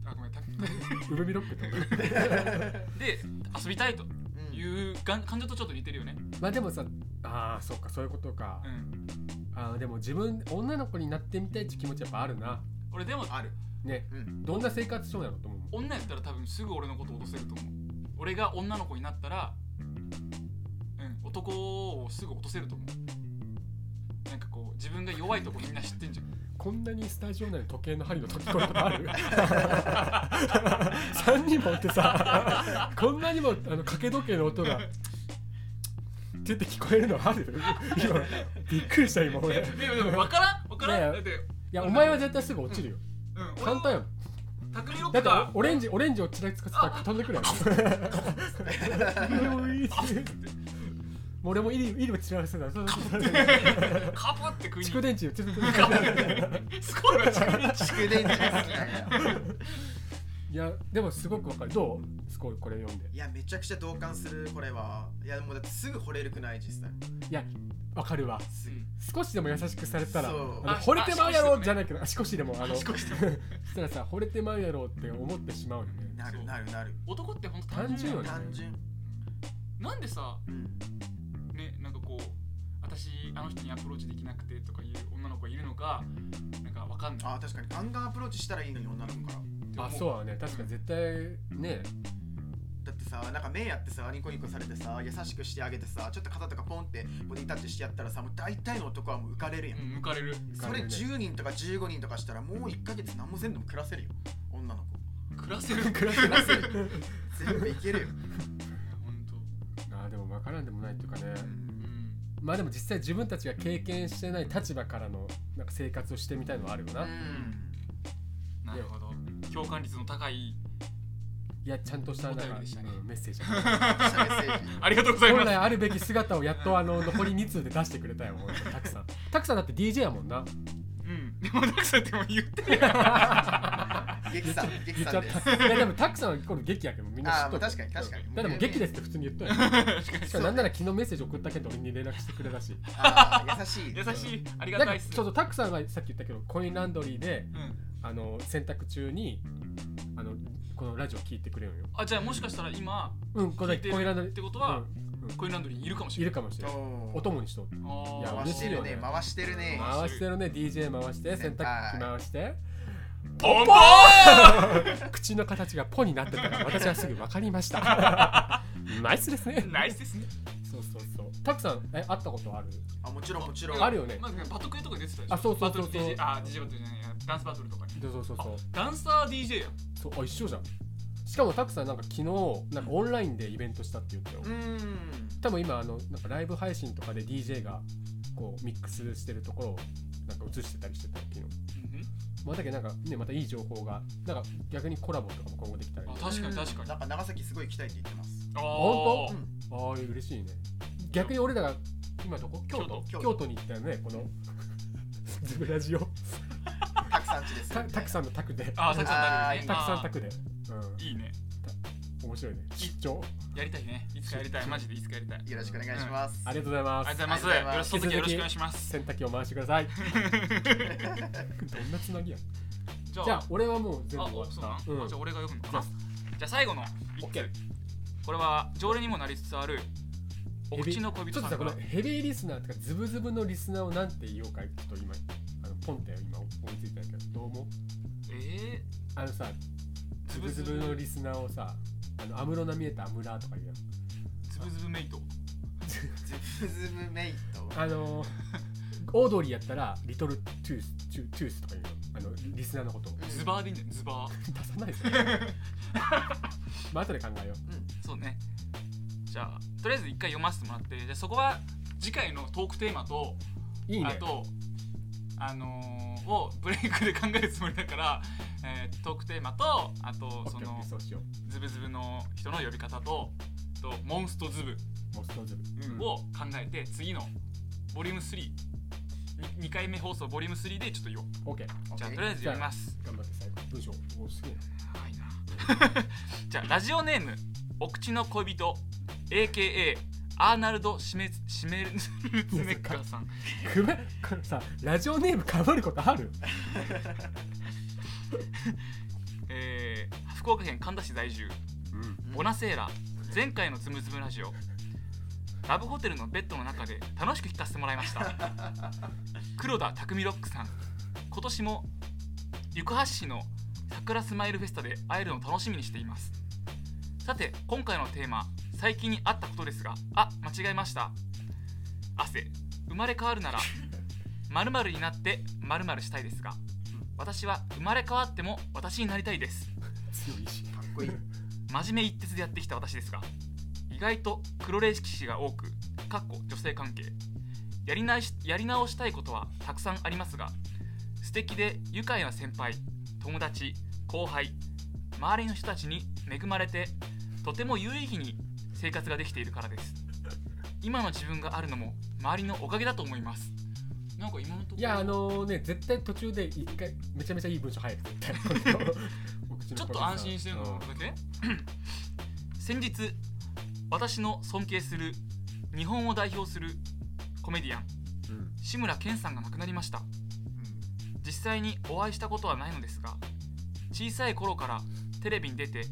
S2: あごめんた
S1: ウブミロックってこと
S2: で遊びたいと
S3: うん
S2: いうがん感情とちょっと似てるよね
S1: まあでもさあーそっかそういうことか、
S2: うん
S1: あーでも自分女の子になってみたいって気持ちやっぱあるな
S2: 俺でも
S3: ある
S1: ね
S3: うん
S1: どんな生活しようやろうと思うもん
S2: 女やったら多分すぐ俺のこと落とせると思う俺が女の子になったらうん男をすぐ落とせると思うなんかこう自分が弱いとこみんな知ってんじゃん
S1: こんなにスタジオ内の時計の針の時こることあ る ?3 人もおってさこんなにもあの掛け時計の音が出て聞こえるのある今びっくりした今俺い
S2: でもでも分からん分から
S1: ね
S2: んだ
S1: え
S2: って
S1: やお前は絶対すぐ落ちるよ
S2: うん俺
S1: 簡単よ
S2: 匠ロ
S1: だ
S2: ック
S1: って
S2: が
S1: オレンジオレンジをちらつかせたら飛んでくるやんうい もう俺もイリイリもちらつかせたら
S2: カブって食い に
S1: 蓄電池をちらつかせ
S2: カ
S1: た
S2: ブ
S1: ら
S2: すごいな蓄電池
S3: 蓄電池ですね
S1: いやでもすごくわかるどうすごいこれ読んで
S3: いやめちゃくちゃ同感するこれはいやもうだってすぐ惚れるくない実際
S1: いやわかるわ
S3: すぐ
S1: 少しでも優しくされたらあ
S3: そう
S1: の
S2: あ
S1: 惚れてまうや
S2: あ少しでも
S1: ろ
S2: ね
S1: じゃないけどあ少しでもあの
S2: 少しで も
S1: そしたらさ惚れてまうやろって思ってしまうよね
S3: な
S2: そ
S3: る
S2: う
S3: なるなる
S2: 男ってほんと単
S1: 単純
S2: 純よ
S1: よ
S2: ね
S3: 単純
S2: なんでさ
S3: うん
S2: ねなんかこう私あの人にアプローチできなくてとかいう女の子がいるのかなんか分かんない
S3: あー確かにガンガンアプローチしたらいいのに女の子か
S2: っ
S3: ら
S2: て思
S1: あそうだね確かに絶対ね
S3: だってさなんか目やってさニコニコされてさ優しくしてあげてさちょっと肩とかポンってボディタッチしてやったらさもう大体の男はもう浮かれるやん、
S2: うん向かれる
S1: 浮か
S3: そ
S1: れ
S3: れ
S1: るね
S3: 10人とか15人とかしたらもう1ヶ月何もせんでも暮らせるよ女の子
S2: 暮らせる暮ら
S3: 暮ら せるよ全部いけるよ、
S2: 本当
S1: あーでも分からんでもないっていうかね
S2: うん
S1: まあでも実際自分たちが経験してない立場からのなんか生活をしてみたいのはある よな、
S3: うん
S2: なるほど共感率の高い
S1: いやちゃんとしたなん
S2: お便
S1: か、
S2: りでしたね
S1: うんメッセー ジ
S3: した メッセージ
S2: ありがとうござい
S1: 本
S2: ます
S1: 来あるべき姿をやっとあの残り2通で出してくれたよほんとたくさんたくさんだって DJ やも んな
S2: うんでもたくさんでも言ってる
S3: 激さん激
S1: 言っち
S3: さ
S1: ゃっ
S3: んです
S1: たいやでもたくさんはイコール劇やけどみんな知っ
S3: あ
S1: と
S3: あ
S1: る
S3: まあ確かに確かに
S1: だってもう劇ですって普通に言ったよ ね
S2: 確かに
S1: しかもなんなら昨日メッセージ送ったけど俺に連絡してくれたし
S3: あー優 しい
S2: 優しいあり
S1: だ
S2: が
S1: か
S2: たい
S1: ら
S2: っす
S1: ちょっとタクさんがさっき言ったけどコインランドリーで
S2: うん
S1: あの洗濯中にあのこのラジオ聞いてくれるんよ
S2: あじゃあもしかしたら今
S1: うんこ
S2: 聞
S1: れ
S2: いて
S1: コインランドリ
S2: るっ
S1: ー
S2: てことは
S1: うんうん
S2: コインランドリーにいるかもし
S1: い
S2: れ
S1: る
S2: ない
S1: かもしれない
S3: お
S1: お
S3: ー
S1: 供にしとっていや
S2: あ
S3: 回
S1: 嬉
S2: ー
S1: し
S3: してるね回してるね
S2: あ
S1: 回してるね DJ 回して洗濯機回 して
S2: ポンポー
S1: 口の形がポになって たから私はすぐ分かりましたナイスですね
S2: ンナイスですね
S1: そうそうそうたくさんえ会ったことある
S3: あもちろんもちろん
S1: あるよね
S2: まあ、バトクエとか出てたでしょ
S1: あそうそうそうそう
S2: バトル DJ あ DJ バトルじゃないやダンスバトルとかに
S1: そうそうそうそう
S2: ダンサー DJ やん
S1: そうあ一緒じゃんしかもたくさんなんか昨日なんかオンラインでイベントしたって言ったよ
S3: うーん
S1: 多分今あのなんかライブ配信とかで DJ がこうミックスしてるところをなんか映してたりしてた昨日まあだけどなんかねまたいい情報がなんか逆にコラボとかも今後できたらいい
S2: あ
S1: ね
S2: 確かに確かに
S3: なんか長崎すごい行きたいって言 ってます
S2: あー
S1: 本
S3: うん
S1: ああ嬉しいね逆に俺らが今どこ京都
S3: 京
S1: 京
S3: 都
S1: 都に行ったよねこの ズブラジオ
S3: たくさんちです
S1: たたくさんのタクで
S2: あーたくさんだけどね
S1: たくさん
S2: あー
S1: タクでう
S2: いいね
S1: ん面白いね出張
S2: やりたいねいつかやりたいマジでいつかやりたい
S3: よろしくお願いします、
S1: ありがとうございま
S2: あ
S1: す
S2: りがとうご
S3: あ
S2: ざ
S3: り
S2: い
S3: がと
S2: ま
S3: うございますす
S2: その時よろしくお願いします
S1: 洗濯機を回してくださいどんなつなぎや
S2: じ
S1: じゃあ俺はもう全部
S2: あ
S1: 終わっ
S2: そうな
S1: た
S2: の、
S1: うん
S2: じゃあ俺が読むのか
S1: そう
S2: なじゃあ最後の一
S1: オッケ
S2: つ
S1: ー
S2: これは常連にもなりつつあるお口の恋人
S1: ちょっと
S2: さん
S1: さこ
S2: から
S1: のヘビーリスナーとかズブズブのリスナーをなんて言おうかちょっと今あのポンって今思いついたんだけどどう思う
S2: え
S1: あのさ
S2: ー、
S1: ズブズブのリスナーをさあのアムロナミエタアムラーとか言 うやん
S2: ズブズブメイト
S3: ズブズブメイト
S1: あのーオードリーやったらリトルトゥーストゥトゥースとか言うのあのリスナーの ことを
S2: ズバーでいいんじゃないズバー
S1: 出さないですよ まあ後で考えよ
S2: そうねじゃあとりあえず一回読ませてもらってじゃあそこは次回のトークテーマと
S1: ういい
S2: あ
S1: ね
S2: とあのー、をブレイクで考えるつもりだから、えートークテーマとあ
S1: オ
S2: と
S1: ッ
S2: そ
S1: ケーオッ
S2: の
S1: ケーそうしよ
S2: ズブズブの人の呼び方ととモンストズブ
S1: うモストズブ
S2: を考えて次のボリューム3 2回目放送ボリューム3でちょっと言おう
S1: オッケー
S2: じゃあとりあえず読みます
S1: 頑張って最後文章おすげえな
S2: はいなじゃあラジオネームお口の恋人 AKA アーナルド・シメシメル ツネッカーさん
S1: くめこれさラジオネームかぶることある
S2: えー福岡県神田市在住
S1: うん
S2: ボナセーラ前回のつむつむラジオラブホテルのベッドの中で楽しく聞かせてもらいました 黒田匠ロックさん今年も行橋市の桜スマイルフェスタで会えるのを楽しみにしていますさて今回のテーマ最近にあったことですがあ間違えました汗生まれ変わる なら〇〇になって〇〇したいですが私は生まれ変わっても私になりたいです
S1: 強いし
S3: かっこいい
S2: 真面目一徹でやってきた私ですが意外と黒歴史が多くかっこ女性関係やりなしやり直したいことはたくさんありますが素敵で愉快な先輩友達後輩周りの人たちに恵まれてとても有意義に生活ができているからです今の自分があるのも周りのおかげだと思いますなんか今のところ
S1: いやあのね絶対途中で一回めちゃめちゃいい文章入る絶対お口の
S2: ちょ
S1: 小指
S2: っ
S1: さ
S2: と
S1: ん
S2: 安心してるの
S1: うん
S2: だけ 先日私の尊敬する日本を代表するコメディアン
S1: うん
S2: 志村けんさんが亡くなりました
S3: う
S2: 実際にお会いしたことはないのですが小さい頃からテレビに出て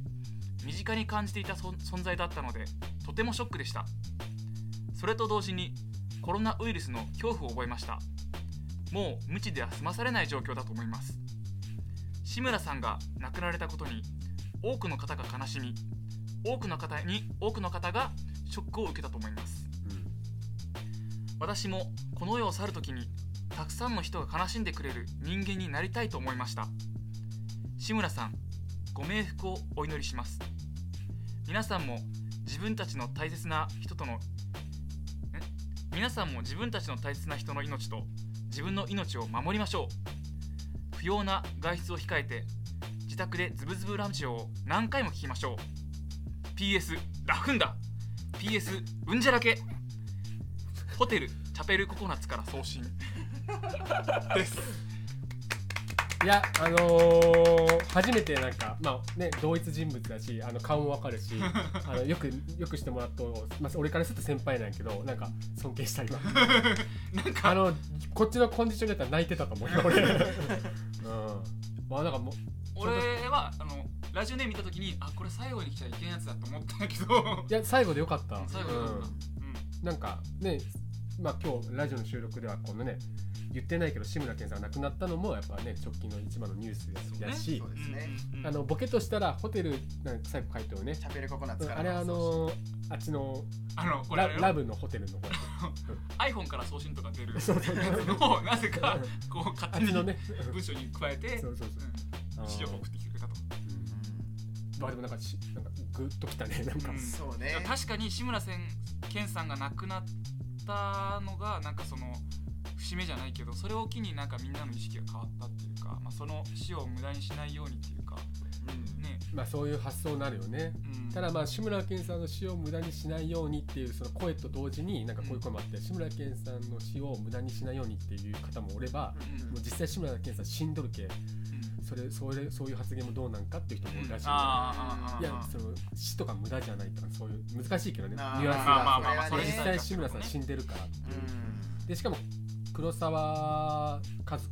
S2: 身近に感じていた存存在だったのでとてもショックでしたそれと同時にコロナウイルスの恐怖を覚えましたもう無知では済まされない状況だと思います志村さんが亡くなられたことに多くの方が悲しみ多くの方に多くの方がショックを受けたと思います私もこの世を去る時にたくさんの人が悲しんでくれる人間になりたいと思いました志村さんご冥福をお祈りします皆さんも自分たちの大切な人とのん皆さんも自分たちの大切な人の命と自分の命を守りましょう不要な外出を控えて自宅でズブズブランチを何回も聞きましょう PS ラフンだ PS うんじゃらけホテルチャペルココナッツから送信です
S1: いやあのー初めてなんかまあね同一人物だしあの顔もわかる しあのよくよくしてもらった、まあ、俺からすると先輩なんやけどなんか尊敬した 今
S2: なん
S1: あ
S2: か
S1: のこっちのコンディションだったら泣いてたと思うよ 俺うんまあなんかもう
S2: 俺はあのラジオネーム見た時にあこれ最後に来ちゃいけんやつだと思ったんだけど
S1: いや最後でよかった
S2: 最後に
S1: うん
S2: うん
S1: なんかね、まあ、今日ラジオの収録ではこのね言ってないけど志村けんさんが亡くなったのもやっぱね直近の一番のニュースだし、
S3: そうですね
S2: うんうんうん
S1: あのボケとしたらホテルなんか最後回答ね、
S3: チャペルココナッ
S1: う
S3: ツ
S1: ん
S3: から
S1: あれあのーあっちの
S2: あのこ
S1: ラ
S2: れあれよ
S1: ラブのホテルの方
S2: iPhone から送信とか出るやつのをなぜかこう
S1: あ
S2: 勝
S1: っ
S2: 手
S1: ちの
S2: に
S1: ね
S2: 文章に加えて
S1: そうそうそう
S2: うん、
S1: あ
S2: 資料を送
S1: ー
S2: ってきてくれたと。
S1: まあでもなんかしなんかグッときたねなんか、
S2: うん
S3: そうね
S2: いや確かに志村せん健さんが亡くなったのがなんかその節目じゃないけどそれを機になんかみんなの意識が変わったっていうか、まあ、その死を無駄にしないようにっていうか
S3: うん
S2: ね、
S1: まあそういう発想になるよね
S2: うん、
S1: ただまあ志村けんさんの死を無駄にしないようにっていうその声と同時になんかこういう声もあって、志村けんさんの死を無駄にしないようにっていう方もおれば、
S3: うん
S1: もう実際志村けんさん死んどるけそれそれそういう発言もどうなんかっていう人もいるらしい、
S2: あーあーあーあー
S1: いやその死とか無駄じゃないとかそういう難しいけどねニュ
S3: あ
S1: アン
S3: ー
S1: スが、
S2: まあまあまあまあ
S3: それはね
S1: 実際志村さん死んでるからっていう、
S3: う
S1: でしかも黒沢和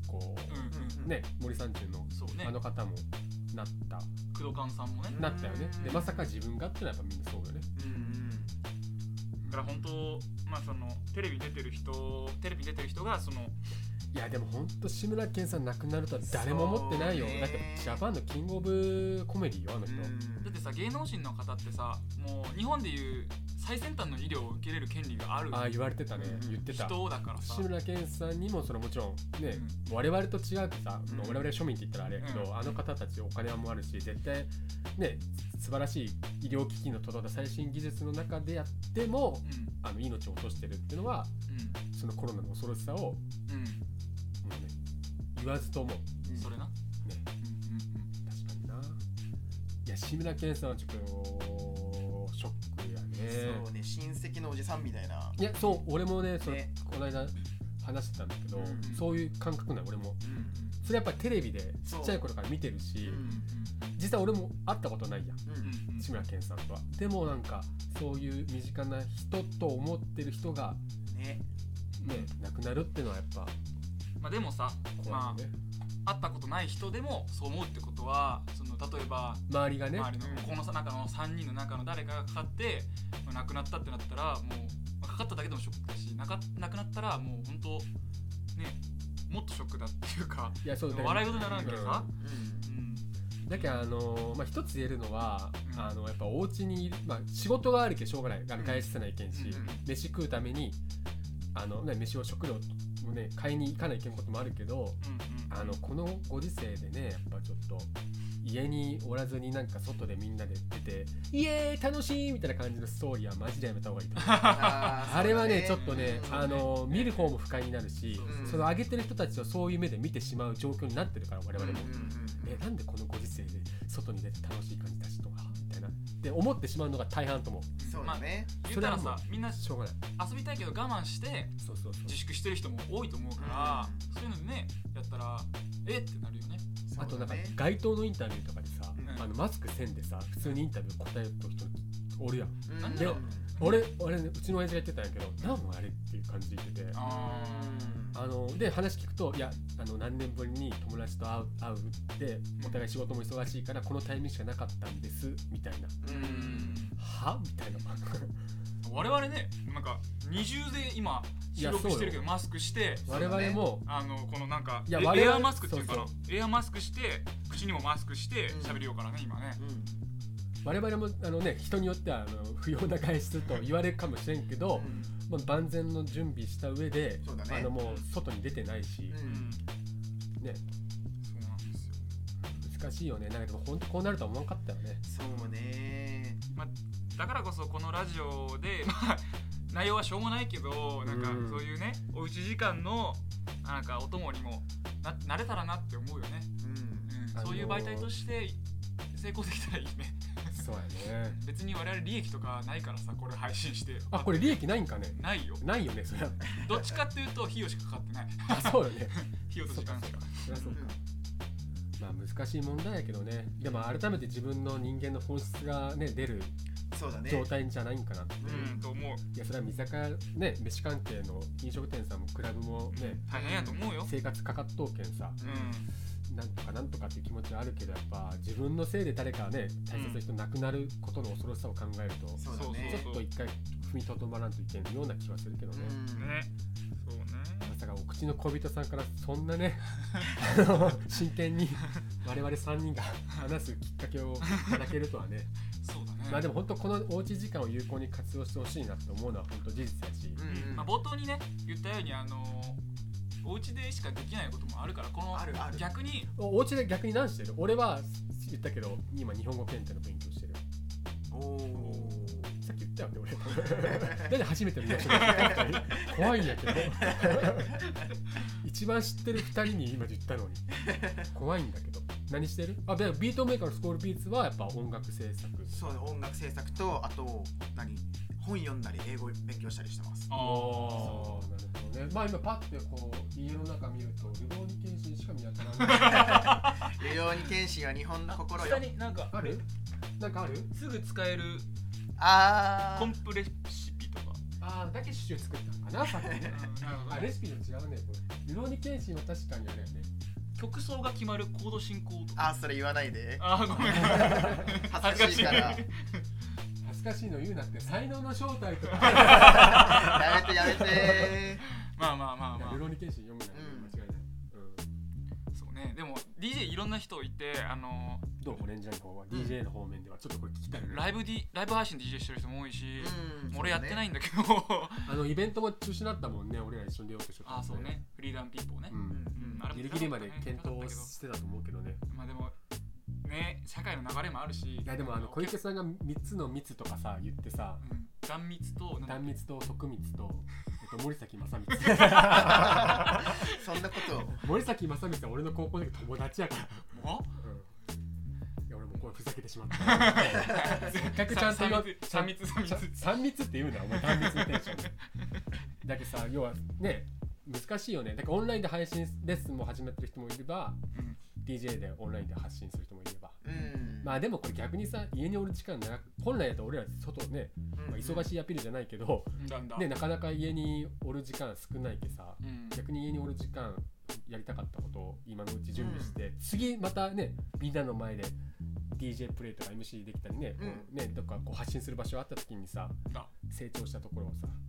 S1: 子、
S2: うんうん
S3: ん
S1: ね森三中の
S2: そうね
S1: あの方もなった、
S2: 工藤勘さんもね
S1: なったよねで
S3: うん
S1: まさか自分がってのはやっぱみんなそうよね
S3: うん
S2: だから本当まあそのテレビ出てる人テレビ出てる人がその
S1: いやでも本当志村けんさん亡くなるとは誰も思ってないよ、
S3: そうね
S1: だってジャパンのキングオブコメディよあの人、
S2: だってさ芸能人の方ってさもう日本でいう最先端の医療を受けれる権利がある
S1: ああ言われてたね、
S3: うん
S1: 言ってた
S2: 人だからさ
S1: 志村けんさんにもそのもちろんね、我々と違うってさ、
S3: うん
S1: まあ我々庶民って言ったらあれやけど、
S2: うん
S1: あの方たちお金はもあるし絶対ね素晴らしい医療機器の届いた最新技術の中でやっても
S2: うん
S1: あの命を落としてるっていうのはそのコロナの恐ろしさをも
S2: うんうん
S1: うね言わずともね
S2: それな。
S1: 確かにないや志村けんさんはちょっとショックやね
S3: そうね親戚のおじさんみたいない
S1: やそう俺もねそれ
S3: ね
S1: この間話してたんだけど、
S3: うん
S1: そういう感覚ない俺もそれやっぱテレビでちっちゃい頃から見てるし、
S3: そううん
S1: 実際俺も会ったことないやん
S3: うん
S1: 志村けんさんとはでもなんかそういう身近な人と思ってる人が
S3: ね
S1: ね亡くなるってのはやっぱ
S2: まあでもさ、
S1: 怖
S2: ま
S1: いよね、
S2: あ、会ったことない人でもそう思うってことはその例えば
S1: 周りがね
S2: 周りのこの中の3人の中の誰かがかかって、まあ、亡くなったってなったらもう、まあかかっただけでもショックだしなか亡くなったらもう本当ねもっとショックだっていうか
S1: いやそうだよね
S2: 笑い事にならんけどさ、
S3: うん
S2: うん
S1: だけどあのーまあ一つ言えるのは、
S2: うん
S1: あのやっぱお家にいるまあ仕事があるけどしょうがないあの
S3: うん
S1: 外出せないけんし、
S2: うん
S1: 飯食うためにあのね飯を食料もね買いに行かないけんこともあるけど
S2: うんうん
S1: あのこのご時世でねやっぱちょっと家におらずになんか外でみんなで出て「イエーイ楽しい!」みたいな感じのストーリーはマ ジでやめた方がいいと思う
S3: あー
S1: あれはねち
S3: そ
S1: ょ
S3: う
S1: っ
S3: だ
S1: とね
S3: うん
S1: あの見る方も不快になるし
S2: そう
S3: うん
S1: その上げてる人たちをそういう目で見てしまう状況になってるから我々も
S3: うんうんうん
S1: えなんでこのご時世で外に出て楽しい感じ出しとかみたいなって思ってしまうのが大半とも
S3: そうだね
S2: まあ、言ったら
S1: それは
S2: さ
S1: も
S2: みんな
S1: しょうがない
S2: 遊びたいけど我慢して
S1: そうそうそう
S2: 自粛してる人も多いと思うから、
S3: うん
S2: そういうのでねやったらえってなるよね
S1: あとなんか
S3: そうだね
S1: 街頭のインタビューとかでさ
S3: うん
S1: あのマスクせんでさ普通にインタビュー答えると人おるやん
S3: うん
S2: なん
S1: だろう
S3: うん
S1: 俺俺ねうちの親父が言ってたんやけど「なんあれ?」っていう感じで言ってて
S2: あ
S1: あので話聞くと「いやあの何年ぶりに友達と会う会うってお互い仕事も忙しいからこのタイミングしかなかったんです」みたいな
S2: ーう
S1: 「
S2: ん
S1: は?」み たいな
S2: 我々ねなんか二重で今
S1: い
S2: 収
S1: や
S2: 録してるけ
S1: そう
S2: どマスクして
S1: 我々も
S2: あのこのなんか
S1: いや
S2: エ
S1: 我々
S2: エアマスクっていうかな
S1: そ
S2: エアマスクして口にもマスクして
S3: うん
S2: 喋りようからね今ね
S3: うん
S1: 我々もあの、ね、人によってはあの不要な外出と言われるかもしれんけど、まあ、万全の準備した上で、
S3: そうだね
S1: あのもう外に出てないし
S3: う、
S2: うん
S3: ん
S1: ね、
S2: そうなんですよ
S1: 難しいよねなんかでも本当こうなるとは思わんかったよね。
S3: そうね
S2: だからこそこのラジオで、 まあ、内容はしょうもないけどなんか
S1: うん
S2: そういうねおうち時間のなんかお供にもななれたらなって思うよね、
S3: うん
S2: うん
S1: あのー
S2: そういう媒体として成功できたらいいね
S1: そうやね
S2: 別に我々利益とかないからさこれ配信して
S1: あこれ利益ないんかね
S2: ないよ
S1: ないよねそりゃ
S2: どっちかっていうと費用しかかかってない
S1: あそうよ ね
S2: 費用と時間しか
S1: そりゃそううんまあ難しい問題やけどねでも改めて自分の人間の本質がね出る
S3: そうだね
S1: 状態じゃないんかなって、
S3: うん
S2: うんと思う
S1: いやそれは居酒屋ね飯関係の飲食店さんもクラブもね、
S2: 大変やと思うよ
S1: 生活かかっとうけんさ
S2: うん、
S1: なんとかなんとかっていう気持ちはあるけどやっぱ自分のせいで誰かね大切な人亡くなることの恐ろしさを考えると、ち
S3: そうだね
S1: ょっと一回踏みとどまらんといけんような気はするけどね、
S3: うん
S2: ねそうね
S1: まさかお口ちの小人さんからそんな ねあの真剣に我々3人が話すきっかけをいただけるとはね
S2: そうだね、
S1: まあでも本当このおうち時間を有効に活用してほしいなと思うのは本当事実だし、
S3: うんうん
S2: まあ、冒頭にね言ったようにあのお家でしかできないこともあるからこの
S3: あるある
S2: 逆に
S1: おお家で逆に何してる俺は言ったけど今日本語検定の勉強してる
S3: おお
S1: さっき言ったよね俺なんで初めて見ましたの怖いんだけど 一番知ってる2人に今言ったのに怖いんだけど何してるあでビートメーカーのスコールビーツはやっぱ音楽制作
S3: そうね音楽制作とあと何本読んだり英語勉強したりしてます
S1: あ
S2: あ
S1: ーなるほどねまあ今パッてこう家の中見るとルローニケンシンしか見当たらない
S3: 流浪に剣心は日本の心よ
S2: 下になんか
S1: あるなんかある
S2: すぐ使える
S3: あ
S2: コンプレシピとか
S1: あーだけシチュー作ったのかなさっきね
S2: なるほ
S1: あ
S2: どね
S1: レシピの違うねこれルローニケンシンは確かにあれよね
S2: 曲奏が決まるコード進行とか
S3: あーそれ言わないで
S2: あーごめん
S3: 恥ずかしいから
S2: 恥ずかし
S1: 恥ずかしいの言うなって才能の正体とか
S3: やめてやめて
S2: まあまあまあ
S1: いや
S2: まあ
S1: ルローニケンシン読むなら
S3: うん
S1: 間違いない。うん
S2: そうねでも DJ いろんな人いてあの
S1: どうオレンジャーの方は
S3: うん
S1: DJ の方面ではちょっとこれ聞きたいね。
S2: ライブ、D、ライブ配信 DJ してる人も多いし、
S3: うん
S2: 俺やってないいんだけど
S1: あのイベントも中止になったもんね、俺ら一緒に出ようとしてた
S2: あーそうねフリーダンピーポーね
S1: う、ん。
S2: うんあれも
S1: ギリギリまで検
S2: 痛か
S1: 討
S2: ったけど
S1: してたと思うけどね。
S2: まあでもね社会の流れもあるし
S1: いやでもあの小池さんが3つの密とかさ言ってさ、
S2: うん断密となんだ
S1: 断密と徳光と、えっと、森崎正光
S3: そんなことを
S1: 森崎正光は俺の高校の時友達やから、
S2: も
S1: うんいや俺もうこれふざけてしまった せっかくちゃんと言おう
S2: 三密三密三密
S1: 三密って言うなお前単密のテンションでだけどさ要はね難しいよねだからオンラインで配信レッスンも始めてる人もいれば
S2: うん
S1: DJ でオンラインで発信する人もいれば
S3: うん
S1: まあでもこれ逆にさ家におる時間長く本来だと俺ら外ね、まあ、忙
S3: しい
S1: しいアピールじゃないけど、
S2: だんだん
S1: ね、なかなか家におる時間少ないけさ
S2: うん
S1: 逆に家におる時間やりたかったことを今のうち準備して、次またねみんなの前で DJ プレイとか MC できたりね,こう、
S3: う
S1: ねどっかこう発信する場所あった時にさ
S2: だ
S1: 成長したところをさ、
S2: うん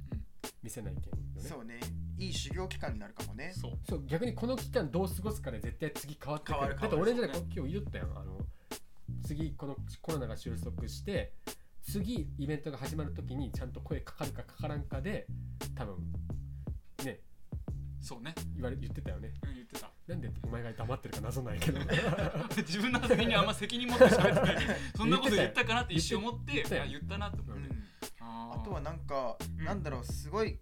S1: 見せないけんよね
S3: そうねいい修行期間になるかもね
S2: そう
S1: そう逆にこの期間どう過ごすかで絶対次変わってくる
S3: 変わる
S1: だって
S3: 変わ
S1: 俺
S3: る
S1: じゃない
S2: そうね
S1: 今日言ったよあの次このコロナが収束して次イベントが始まる時にちゃんと声かかるかかからんかで多分ね
S2: そうね
S1: 言われ言ってたよね
S2: うん言って た
S1: なんでお前が黙ってるか謎 ないけど
S2: 自分の発言にあんま責任持って喋ってない そんなこと言ったかなって一瞬思って
S1: 言ってたよ
S2: いや言ったなと思
S3: う
S2: って
S3: ん
S2: あ
S3: あとはなんか、
S2: うん
S3: なんだろうすごい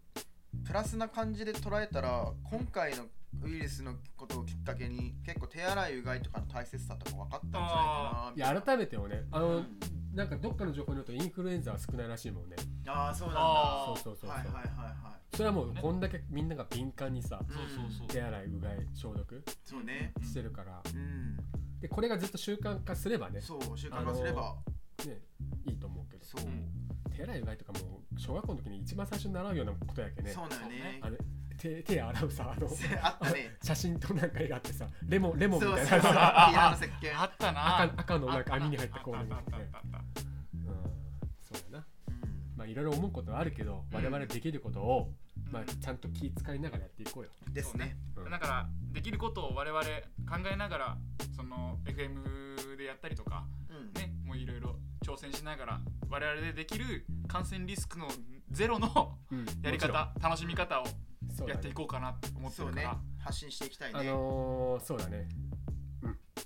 S3: プラスな感じで捉えたら今回のウイルスのことをきっかけに結構手洗いうがいとかの大切さとか分かったんじゃないかないみた
S1: や
S3: いな
S1: 改めてよねあ
S3: う
S1: の
S3: ん
S1: なんかどっかの情報によるとインフルエンザは少ないらしいもんね
S3: ああそうなんだ
S1: そ
S2: あー
S1: うそうそうそう、
S3: はいはいはいは
S1: それはもうこんだけみんなが敏感にさ
S3: い
S2: そうそうそうん
S1: 手洗いうがい消毒
S3: そうね
S2: うん
S1: してるから、
S3: うん
S1: でこれがずっと習慣化すればね
S3: そう習慣化すれば
S1: ねいいと思うけど
S3: そう
S2: うん
S1: 手洗いうがいとかもう小学校の時に一番最初に習うようなことやけね
S3: そうだよね
S1: あれ手手洗うさあの
S3: あっ たね
S1: 写真となんか絵があってさレモンレ
S3: そ
S1: モ
S3: う
S1: ンみ
S3: そ
S1: た
S3: うそう
S1: い
S3: ピ
S1: なさ
S3: アノの石鹸
S2: あったな
S1: 赤赤のなんか網に入ったコーナーが
S2: あ
S1: あ
S2: っ
S1: ったて
S2: あっ
S1: ね
S2: たあったあっ
S1: うんそうやな
S3: うん
S1: まあいろいろ思うことはあるけど
S2: うん
S1: 我々できることを、
S2: た
S1: まあ、ちゃんと気遣いながらやっていこうよ、
S3: ですね
S1: うん
S2: だからできることを我々考えながらその FM でやったりとか
S3: うん
S2: ねもういろいろ挑戦しながら我々でできる感染リスクのゼロの
S1: うん
S2: やり方楽しみ方を
S1: もちろんそうだね
S2: やっていこうかなって思って
S3: そ
S2: る
S3: う
S2: か
S3: ね
S2: ら、
S3: 発信していきたいね
S1: あのー、そうだね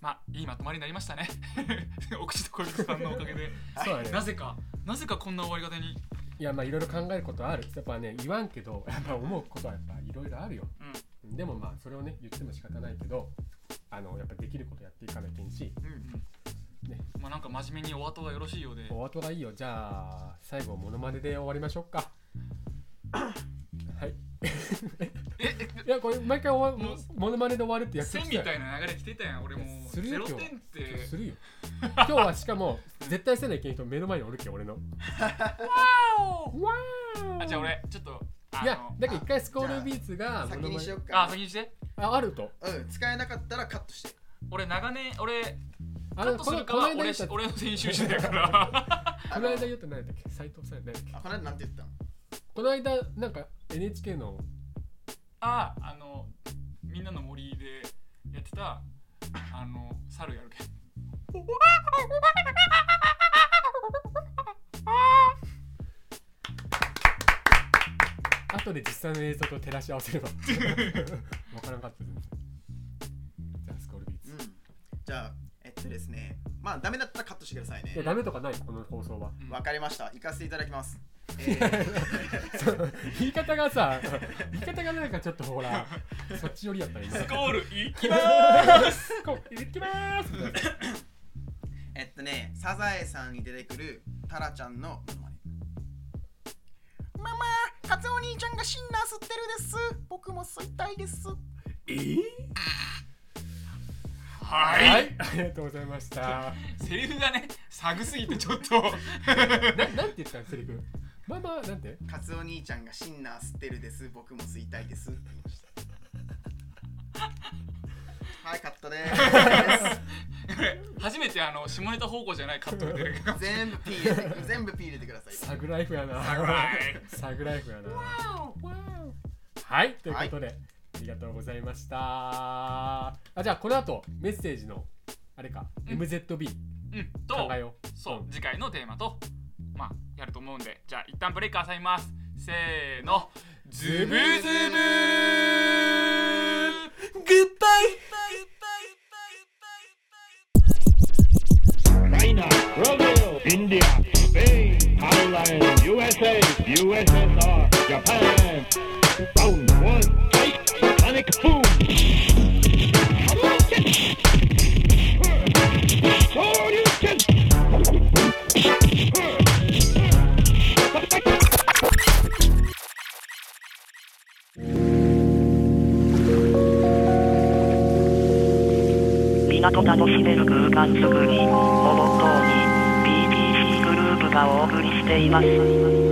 S2: まあいいまとまりになりましたね お口と小池さんのおかげで
S1: そうだね
S2: なぜかなぜかこんな終わり方に、
S1: いやまあいろいろ考えることあるやっぱね言わんけど やっぱ思うことはやっぱいろいろあるよ
S2: うん、
S1: でもまあそれをね言っても仕方ないけどあのやっぱできることやっていかなきゃいいし
S3: うん
S2: まあなんか真面目にお後がよろしいようで
S1: お後がいいよじゃあ最後モノマネで終わりましょう かはい
S2: ええ
S1: いやこれ毎回終わ
S2: もう
S1: モノマネで終わるって約
S2: 線
S1: 束
S2: み
S1: した
S2: た
S1: よ
S2: いな流れ来てたやん俺もう
S1: する
S2: ゼ
S1: よ
S2: ロ
S1: 今日
S2: 点って
S1: するよ今日はしかも絶対せないけん人目の前におるけん俺のわー
S2: あじゃあ俺ちょっとあの
S1: いやだから一回スコールビーツが
S3: 先にしよっか
S2: あ先にして
S1: ああると
S3: うん使えなかったらカットして
S2: 俺長年俺
S1: あ
S2: カットするかは俺し
S1: この
S2: 俺の編集者だから
S1: この間言った何だっけ斉藤さん何だっけ
S3: あこの間なんて言った
S1: この間なんか NHK の
S2: ああのみんなの森でやってたあの猿やるけん
S1: 後で実際の映像と照らし合わせ ればわからんかったですじゃあスコールビーツ
S3: うんじゃあえっとですねまあダメだったらカットしてくださいね
S1: いやダメとかないこの放 送は
S2: うん
S3: わかりました行かせていただきます、えー
S1: そう言い方がさ言い方がなんかちょっとほらそっち寄りやったら今
S2: ス
S1: 行
S2: コールいきまーす
S1: きます
S3: えっとねサザエさんに出てくるタラちゃんのモノマネママカツオ兄ちゃんがシンナー吸ってるです僕も吸いたいです
S1: え
S2: はい、
S1: はいありがとうございました
S2: セリフがねサグすぎてちょっ と
S1: ななんて言ったんセリフママなんて
S3: カツオ兄ちゃんがシンナー吸ってるです僕も吸いた いですって言いましたはいカットで ーす
S2: 初めてあの下ネタ方向じゃないカットが出るけ ど
S3: 全部ピー入れて全部ピー入れてください
S1: サグライフやな
S2: サグライ
S1: サグライフやなはいということで、ありがとうございましたあじゃあこの後メッセージのあれか、
S2: うん
S1: MZB
S2: うん
S1: 考
S2: と
S1: えよう
S2: そう
S1: うん
S2: 次回のテーマとまあやると思うんでじゃあ一旦ブレイク挟みますせーのズブズ
S1: グ
S2: ブ
S1: ッバイ
S4: China, Brazil, India, Spain, Ireland, USA, USSR, Japan. Round one, fight, sonic boom. Oh, you can.
S5: 港楽しめる空間づくりをモットーに BTC グループがお送りしています。